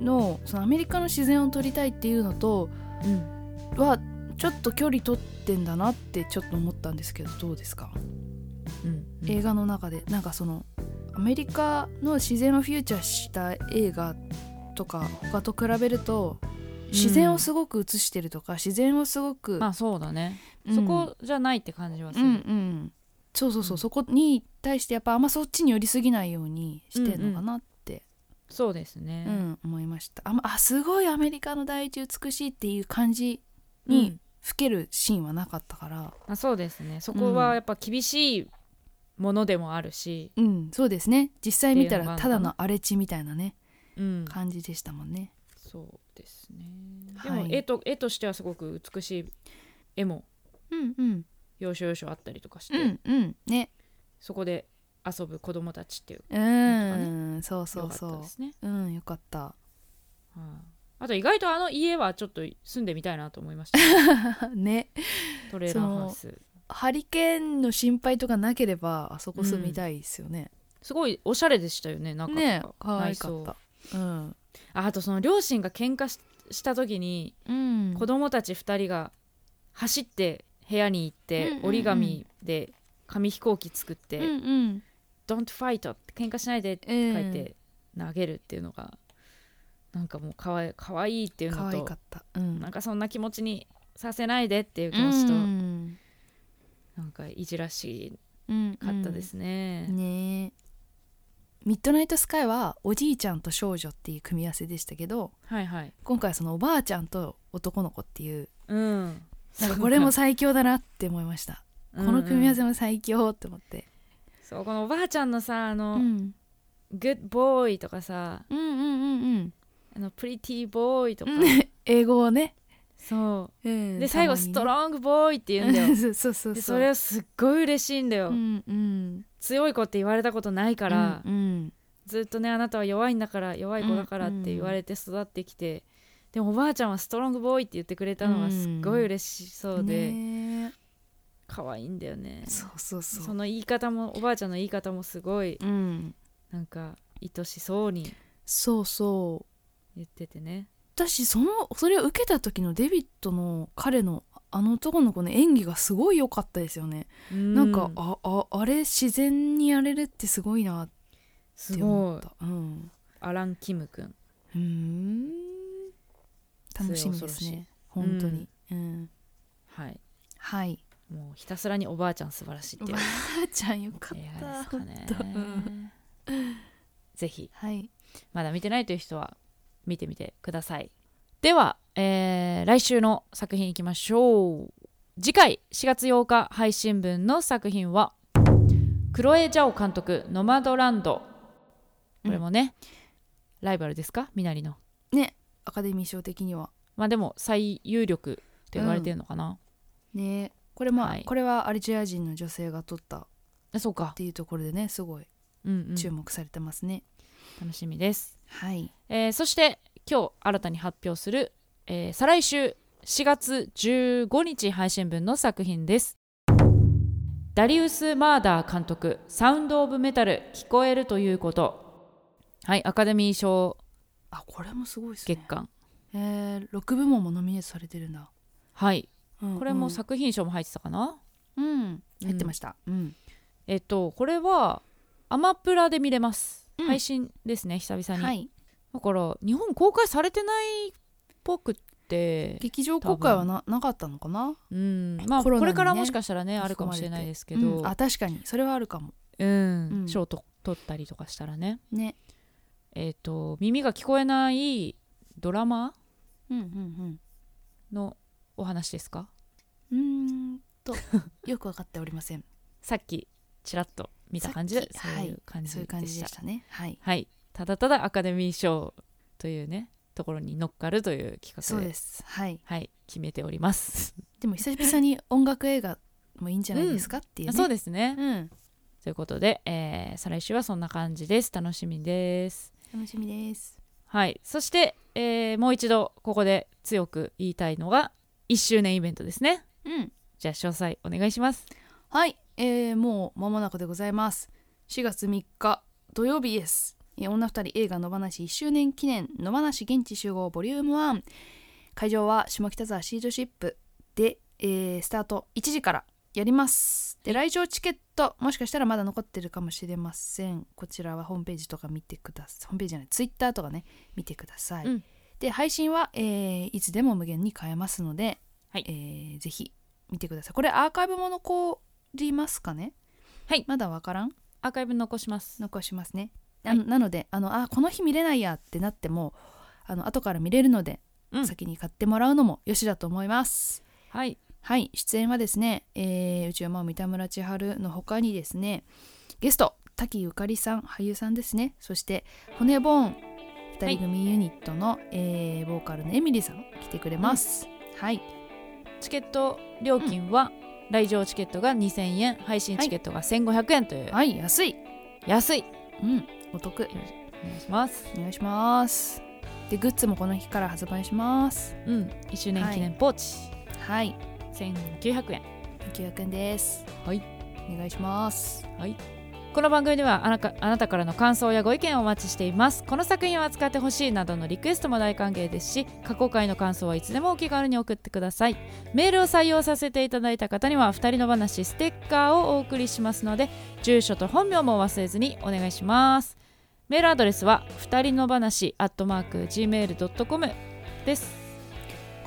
[SPEAKER 3] のそのアメリカの自然を撮りたいっていうのと
[SPEAKER 2] うん
[SPEAKER 3] はちょっと距離取ってんだなってちょっと思ったんですけどどうですか、
[SPEAKER 2] うん
[SPEAKER 3] 映画の中でなんかそのアメリカの自然をフューチャーした映画とか他と比べると自然をすごく映してるとか、自然をすごく、
[SPEAKER 2] まあそうだね、
[SPEAKER 3] うん
[SPEAKER 2] そこじゃないって感じはす
[SPEAKER 3] う
[SPEAKER 2] る、
[SPEAKER 3] んうん、そうそうそう、
[SPEAKER 2] うん
[SPEAKER 3] そこに対してやっぱあんまそっちに寄りすぎないようにしてんのかなって、
[SPEAKER 2] そうです
[SPEAKER 3] うん
[SPEAKER 2] ね、
[SPEAKER 3] 思いましたあんまあすごいアメリカの第一美しいっていう感じにふけるシーンはなかったから
[SPEAKER 2] あそうですねそこはやっぱ厳しいものでもあるし、
[SPEAKER 3] うん、そうですね実際見た
[SPEAKER 2] っていうのが
[SPEAKER 3] ら
[SPEAKER 2] ある
[SPEAKER 3] た
[SPEAKER 2] かな
[SPEAKER 3] だの荒れ地みたいなね
[SPEAKER 2] うん
[SPEAKER 3] 感じでしたもんね
[SPEAKER 2] そうですねで
[SPEAKER 3] はい
[SPEAKER 2] も絵と,、絵としてはすごく美しい絵も
[SPEAKER 3] うんうん
[SPEAKER 2] 要所要所あったりとかして、
[SPEAKER 3] うんうんね
[SPEAKER 2] そこで遊ぶ子供たちっていう
[SPEAKER 3] うーんそうそう
[SPEAKER 2] 良かった
[SPEAKER 3] そ
[SPEAKER 2] ですね
[SPEAKER 3] ううんよかった
[SPEAKER 2] はいあと意外とあの家はちょっと住んでみたいなと思い ました
[SPEAKER 3] ね
[SPEAKER 2] トレーラーハウス
[SPEAKER 3] ハリケーンの心配とかなければあそこ住みたいですよね、
[SPEAKER 2] すごいおしゃれでしたよねなんか
[SPEAKER 3] ね可愛か
[SPEAKER 2] 内装
[SPEAKER 3] ったうん
[SPEAKER 2] ああとその両親が喧嘩しした時に
[SPEAKER 3] うん
[SPEAKER 2] 子供たち2人が走って部屋に行って、
[SPEAKER 3] うんうんうん
[SPEAKER 2] 折り紙で紙飛行機作って「
[SPEAKER 3] うんうん、
[SPEAKER 2] Don't fight」って喧嘩しないでって
[SPEAKER 3] え
[SPEAKER 2] 書いて投げるっていうのが、なんかもうかわいかわいいっていう
[SPEAKER 3] 可
[SPEAKER 2] の
[SPEAKER 3] 愛
[SPEAKER 2] と
[SPEAKER 3] かった、うん、
[SPEAKER 2] なんかそんな気持ちにさせないでっていう気持ちと、
[SPEAKER 3] うん
[SPEAKER 2] なんかいじらし
[SPEAKER 3] うん
[SPEAKER 2] かったですね、
[SPEAKER 3] ねえミッドナイトスカイはおじいちゃんと少女っていう組み合わせでしたけど
[SPEAKER 2] はいはい
[SPEAKER 3] 今回はそのおばあちゃんと男の子っていう
[SPEAKER 2] うん
[SPEAKER 3] なんかこれも最強だなって思いました、この組み合わせも最強って思って、
[SPEAKER 2] そうこのおばあちゃんのさあ
[SPEAKER 3] う
[SPEAKER 2] の、
[SPEAKER 3] ん、
[SPEAKER 2] グッドボーイとかさ
[SPEAKER 3] うんうんうんうん
[SPEAKER 2] あのプリティーボーイとか、
[SPEAKER 3] 英語をね、、
[SPEAKER 2] そううんで最後ストロングボーイって言うんだ よ、
[SPEAKER 3] そうそうそう
[SPEAKER 2] でそれはすっごい嬉しいんだよ、
[SPEAKER 3] うんうん
[SPEAKER 2] 強い子って言われたことないから、
[SPEAKER 3] うんうん
[SPEAKER 2] ずっとねあなたは弱いんだから弱い子だからって言われて育ってきて、でもおばあちゃんはストロングボーイって言ってくれたのがすっごい嬉しそうで、
[SPEAKER 3] ね
[SPEAKER 2] 可愛いんだよね
[SPEAKER 3] えそうそうそう
[SPEAKER 2] その言い方もおばあちゃんの言い方もすごい
[SPEAKER 3] うん、
[SPEAKER 2] なんか愛しそうに
[SPEAKER 3] そうそう
[SPEAKER 2] 言っててね
[SPEAKER 3] 私そのそれを受けた時のデビットの彼のあの男の子の演技がすごい良かったですよね、な
[SPEAKER 2] な
[SPEAKER 3] んかあああれ自然にやれるってすごいなっ
[SPEAKER 2] す
[SPEAKER 3] て
[SPEAKER 2] ご
[SPEAKER 3] 思
[SPEAKER 2] い
[SPEAKER 3] ったうん
[SPEAKER 2] アラン・キム君
[SPEAKER 3] うーん楽しみです
[SPEAKER 2] それ恐ろし
[SPEAKER 3] ね本当に、うん
[SPEAKER 2] はい
[SPEAKER 3] はい
[SPEAKER 2] もうひたすらにおばあちゃん素晴らしいってい
[SPEAKER 3] あ
[SPEAKER 2] う
[SPEAKER 3] ーちゃんよかっ
[SPEAKER 2] 映画
[SPEAKER 3] た
[SPEAKER 2] ですかね
[SPEAKER 3] 本当うん
[SPEAKER 2] ぜひ
[SPEAKER 3] はい
[SPEAKER 2] まだ見てないという人は見てみてくださいでは、えー来週の作品いきましょう次回4月8日配信分の作品はクロエ・ジャオ監督「ノマドランド」これもね、ライバルですかみなりの
[SPEAKER 3] アカデミー賞的には
[SPEAKER 2] まあでも最有力って言われてるのかな、
[SPEAKER 3] ねこれまあ、
[SPEAKER 2] はい
[SPEAKER 3] これはアルジェリア人の女性が撮ったっ
[SPEAKER 2] あそうか、
[SPEAKER 3] ていうところでねすごい
[SPEAKER 2] うんうん、
[SPEAKER 3] 注目されてますね、
[SPEAKER 2] 楽しみです、
[SPEAKER 3] はい
[SPEAKER 2] えーそして今日新たに発表する、えー再来週4月15日配信分の作品ですダリウス・マーダー監督「サウンド・オブ・メタル聞こえるということ」はいアカデミー賞
[SPEAKER 3] あこれもすごいですね
[SPEAKER 2] 月間、
[SPEAKER 3] えー、6部門もノミネートされてるんだ、
[SPEAKER 2] はい
[SPEAKER 3] うんうん
[SPEAKER 2] これも作品賞も入ってたかな、
[SPEAKER 3] うん入ってましたうん、
[SPEAKER 2] えっとこれはアマプラで見れます、
[SPEAKER 3] うん
[SPEAKER 2] 配信ですね久々に、
[SPEAKER 3] はい
[SPEAKER 2] だから日本公開されてないっぽくって、
[SPEAKER 3] 劇場公開はななかったのかな
[SPEAKER 2] うんまあ、
[SPEAKER 3] コロナにね
[SPEAKER 2] これからもしかしたらねあるかもしれないですけど、う
[SPEAKER 3] うんんあ確かにそれはあるかもうん
[SPEAKER 2] 賞と取ったりとかしたらね
[SPEAKER 3] ね
[SPEAKER 2] えっ、と耳が聞こえないドラマ
[SPEAKER 3] うんうん
[SPEAKER 2] のお話ですか
[SPEAKER 3] うんうーんと よく分かっておりません
[SPEAKER 2] さっきちらっと見た感じで
[SPEAKER 3] さっ
[SPEAKER 2] そ
[SPEAKER 3] き
[SPEAKER 2] ういう感じ
[SPEAKER 3] そうい
[SPEAKER 2] で
[SPEAKER 3] う感じ
[SPEAKER 2] し
[SPEAKER 3] で
[SPEAKER 2] た
[SPEAKER 3] したねはい
[SPEAKER 2] はいただただアカデミー賞というねところに乗っかるという企画で
[SPEAKER 3] そうですはい
[SPEAKER 2] はい決めております、
[SPEAKER 3] でも久々に音楽映画もいいんじゃないですかっていうね、
[SPEAKER 2] あ そう
[SPEAKER 3] で
[SPEAKER 2] ですね、
[SPEAKER 3] うん
[SPEAKER 2] ということで、えー再来週はそんな感じです楽しみです
[SPEAKER 3] 楽しみです
[SPEAKER 2] はいそして、えーもう一度ここで強く言いたいのが1周年イベントですね
[SPEAKER 3] うん
[SPEAKER 2] じゃあ詳細お願いします
[SPEAKER 3] はい、えーもう間もなくでございます。4月3日土曜日です。えー女二人映画の話1周年記念の話現地集合ボリューム1会場は下北沢シードシップで、えースタート1時からやります。で来場チケットもしかしたらまだ残ってるかもしれません。こちらはホームページとか見てください。ホームページじゃないツイッターとかね見てください。
[SPEAKER 2] うん
[SPEAKER 3] で配信は、えーいつでも無限に変えますので、
[SPEAKER 2] はい
[SPEAKER 3] えーぜひ見てください。これアーカイブも残りますかね
[SPEAKER 2] はい
[SPEAKER 3] まだわからん
[SPEAKER 2] アーカイブ残します
[SPEAKER 3] 残しますね、
[SPEAKER 2] はい
[SPEAKER 3] ななのであのあこの日見れないやってなってもあの後から見れるので、
[SPEAKER 2] うん
[SPEAKER 3] 先に買ってもらうのもよしだと思います
[SPEAKER 2] はい
[SPEAKER 3] はい出演はですね、えー、宇宙魔王三田村千春の他にですねゲスト滝ゆかりさん俳優さんですねそして骨ボーン2人組ユニットの、えーボーカルのエミリーさん来てくれます、はい
[SPEAKER 2] チケット料金は、来場チケットが2000円配信チケットが1500円という、
[SPEAKER 3] はい安い
[SPEAKER 2] 安い
[SPEAKER 3] うんお得
[SPEAKER 2] お願いします
[SPEAKER 3] お願いしますでグッズもこの日から発売します
[SPEAKER 2] うん1周年記念ポーチ、
[SPEAKER 3] はい
[SPEAKER 2] 1900円
[SPEAKER 3] 900円です
[SPEAKER 2] はい
[SPEAKER 3] お願いします
[SPEAKER 2] この番組ではあなかあなたからの感想やご意見をお待ちしていますこの作品を扱ってほしいなどのリクエストも大歓迎ですし過去回の感想はいつでもお気軽に送ってくださいメールを採用させていただいた方には二人の話ステッカーをお送りしますので住所と本名も忘れずにお願いしますメールアドレスは二人の話 gmail.com です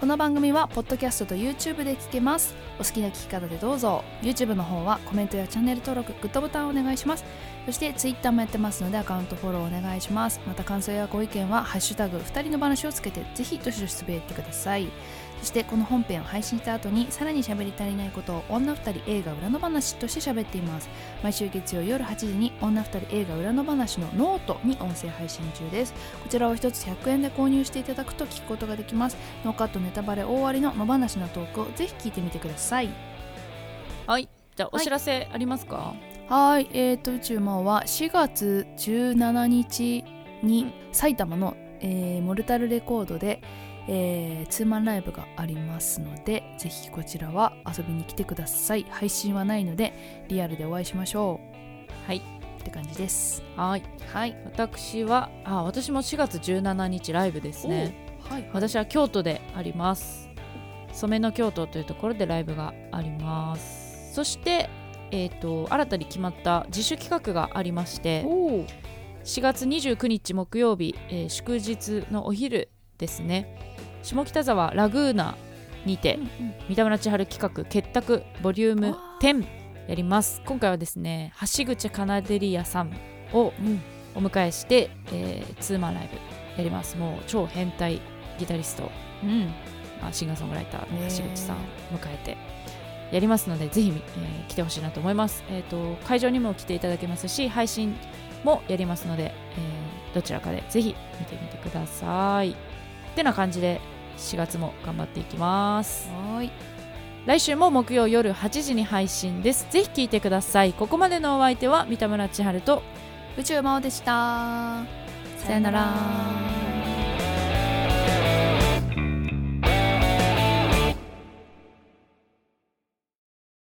[SPEAKER 3] この番組はポッドキャストと YouTube で聞けますお好きな聞き方でどうぞ YouTube の方はコメントやチャンネル登録グッドボタンをお願いしますそして Twitter もやってますのでアカウントフォローお願いしますまた感想やご意見は「ハッシュタグ二人の話」をつけてぜひどしどしつぶやいてくださいそしてこの本編を配信した後にさらに喋り足りないことを女二人映画裏の話として喋っています毎週月曜夜8時に女二人映画裏の話のノートに音声配信中ですこちらを一つ100円で購入していただくと聞くことができますノーカットネタバレ大ありの野放しなトークをぜひ聞いてみてください
[SPEAKER 2] はいじゃあお知らせありますか、
[SPEAKER 3] はい、えー、と宇宙魔王は4月17日に埼玉の、えーモルタルレコードで、えーツーマンライブがありますのでぜひこちらは遊びに来てください配信はないのでリアルでお会いしましょう
[SPEAKER 2] はい
[SPEAKER 3] って感じです
[SPEAKER 2] はい
[SPEAKER 3] はい
[SPEAKER 2] 私はあ私も4月17日ライブですね
[SPEAKER 3] はい
[SPEAKER 2] 私は京都であります染めの京都というところでライブがありますそしてえー、と新たに決まった自主企画がありまして
[SPEAKER 3] お
[SPEAKER 2] 4月29日木曜日、えー祝日のお昼ですね下北沢ラグーナにて、三田村千春企画結託ボリューム10やります今回はですね橋口カナデリアさんをお迎えして、えーツーマンライブやりますもう超変態ギタリスト、
[SPEAKER 3] うん
[SPEAKER 2] まあ、シンガーソングライターの
[SPEAKER 3] ねえ
[SPEAKER 2] 橋口さんを迎えてやりますのでぜひ、えー来てほしいなと思います、えー、と会場にも来ていただけますし配信もやりますので、えーどちらかでぜひ見てみてくださいってな感じで4月も頑張っていきます
[SPEAKER 3] はーい
[SPEAKER 2] 来週も木曜夜8時に配信ですぜひ聞いてくださいここまでのお相手は三田村千春と
[SPEAKER 3] 宇宙魔王でした
[SPEAKER 2] さよなら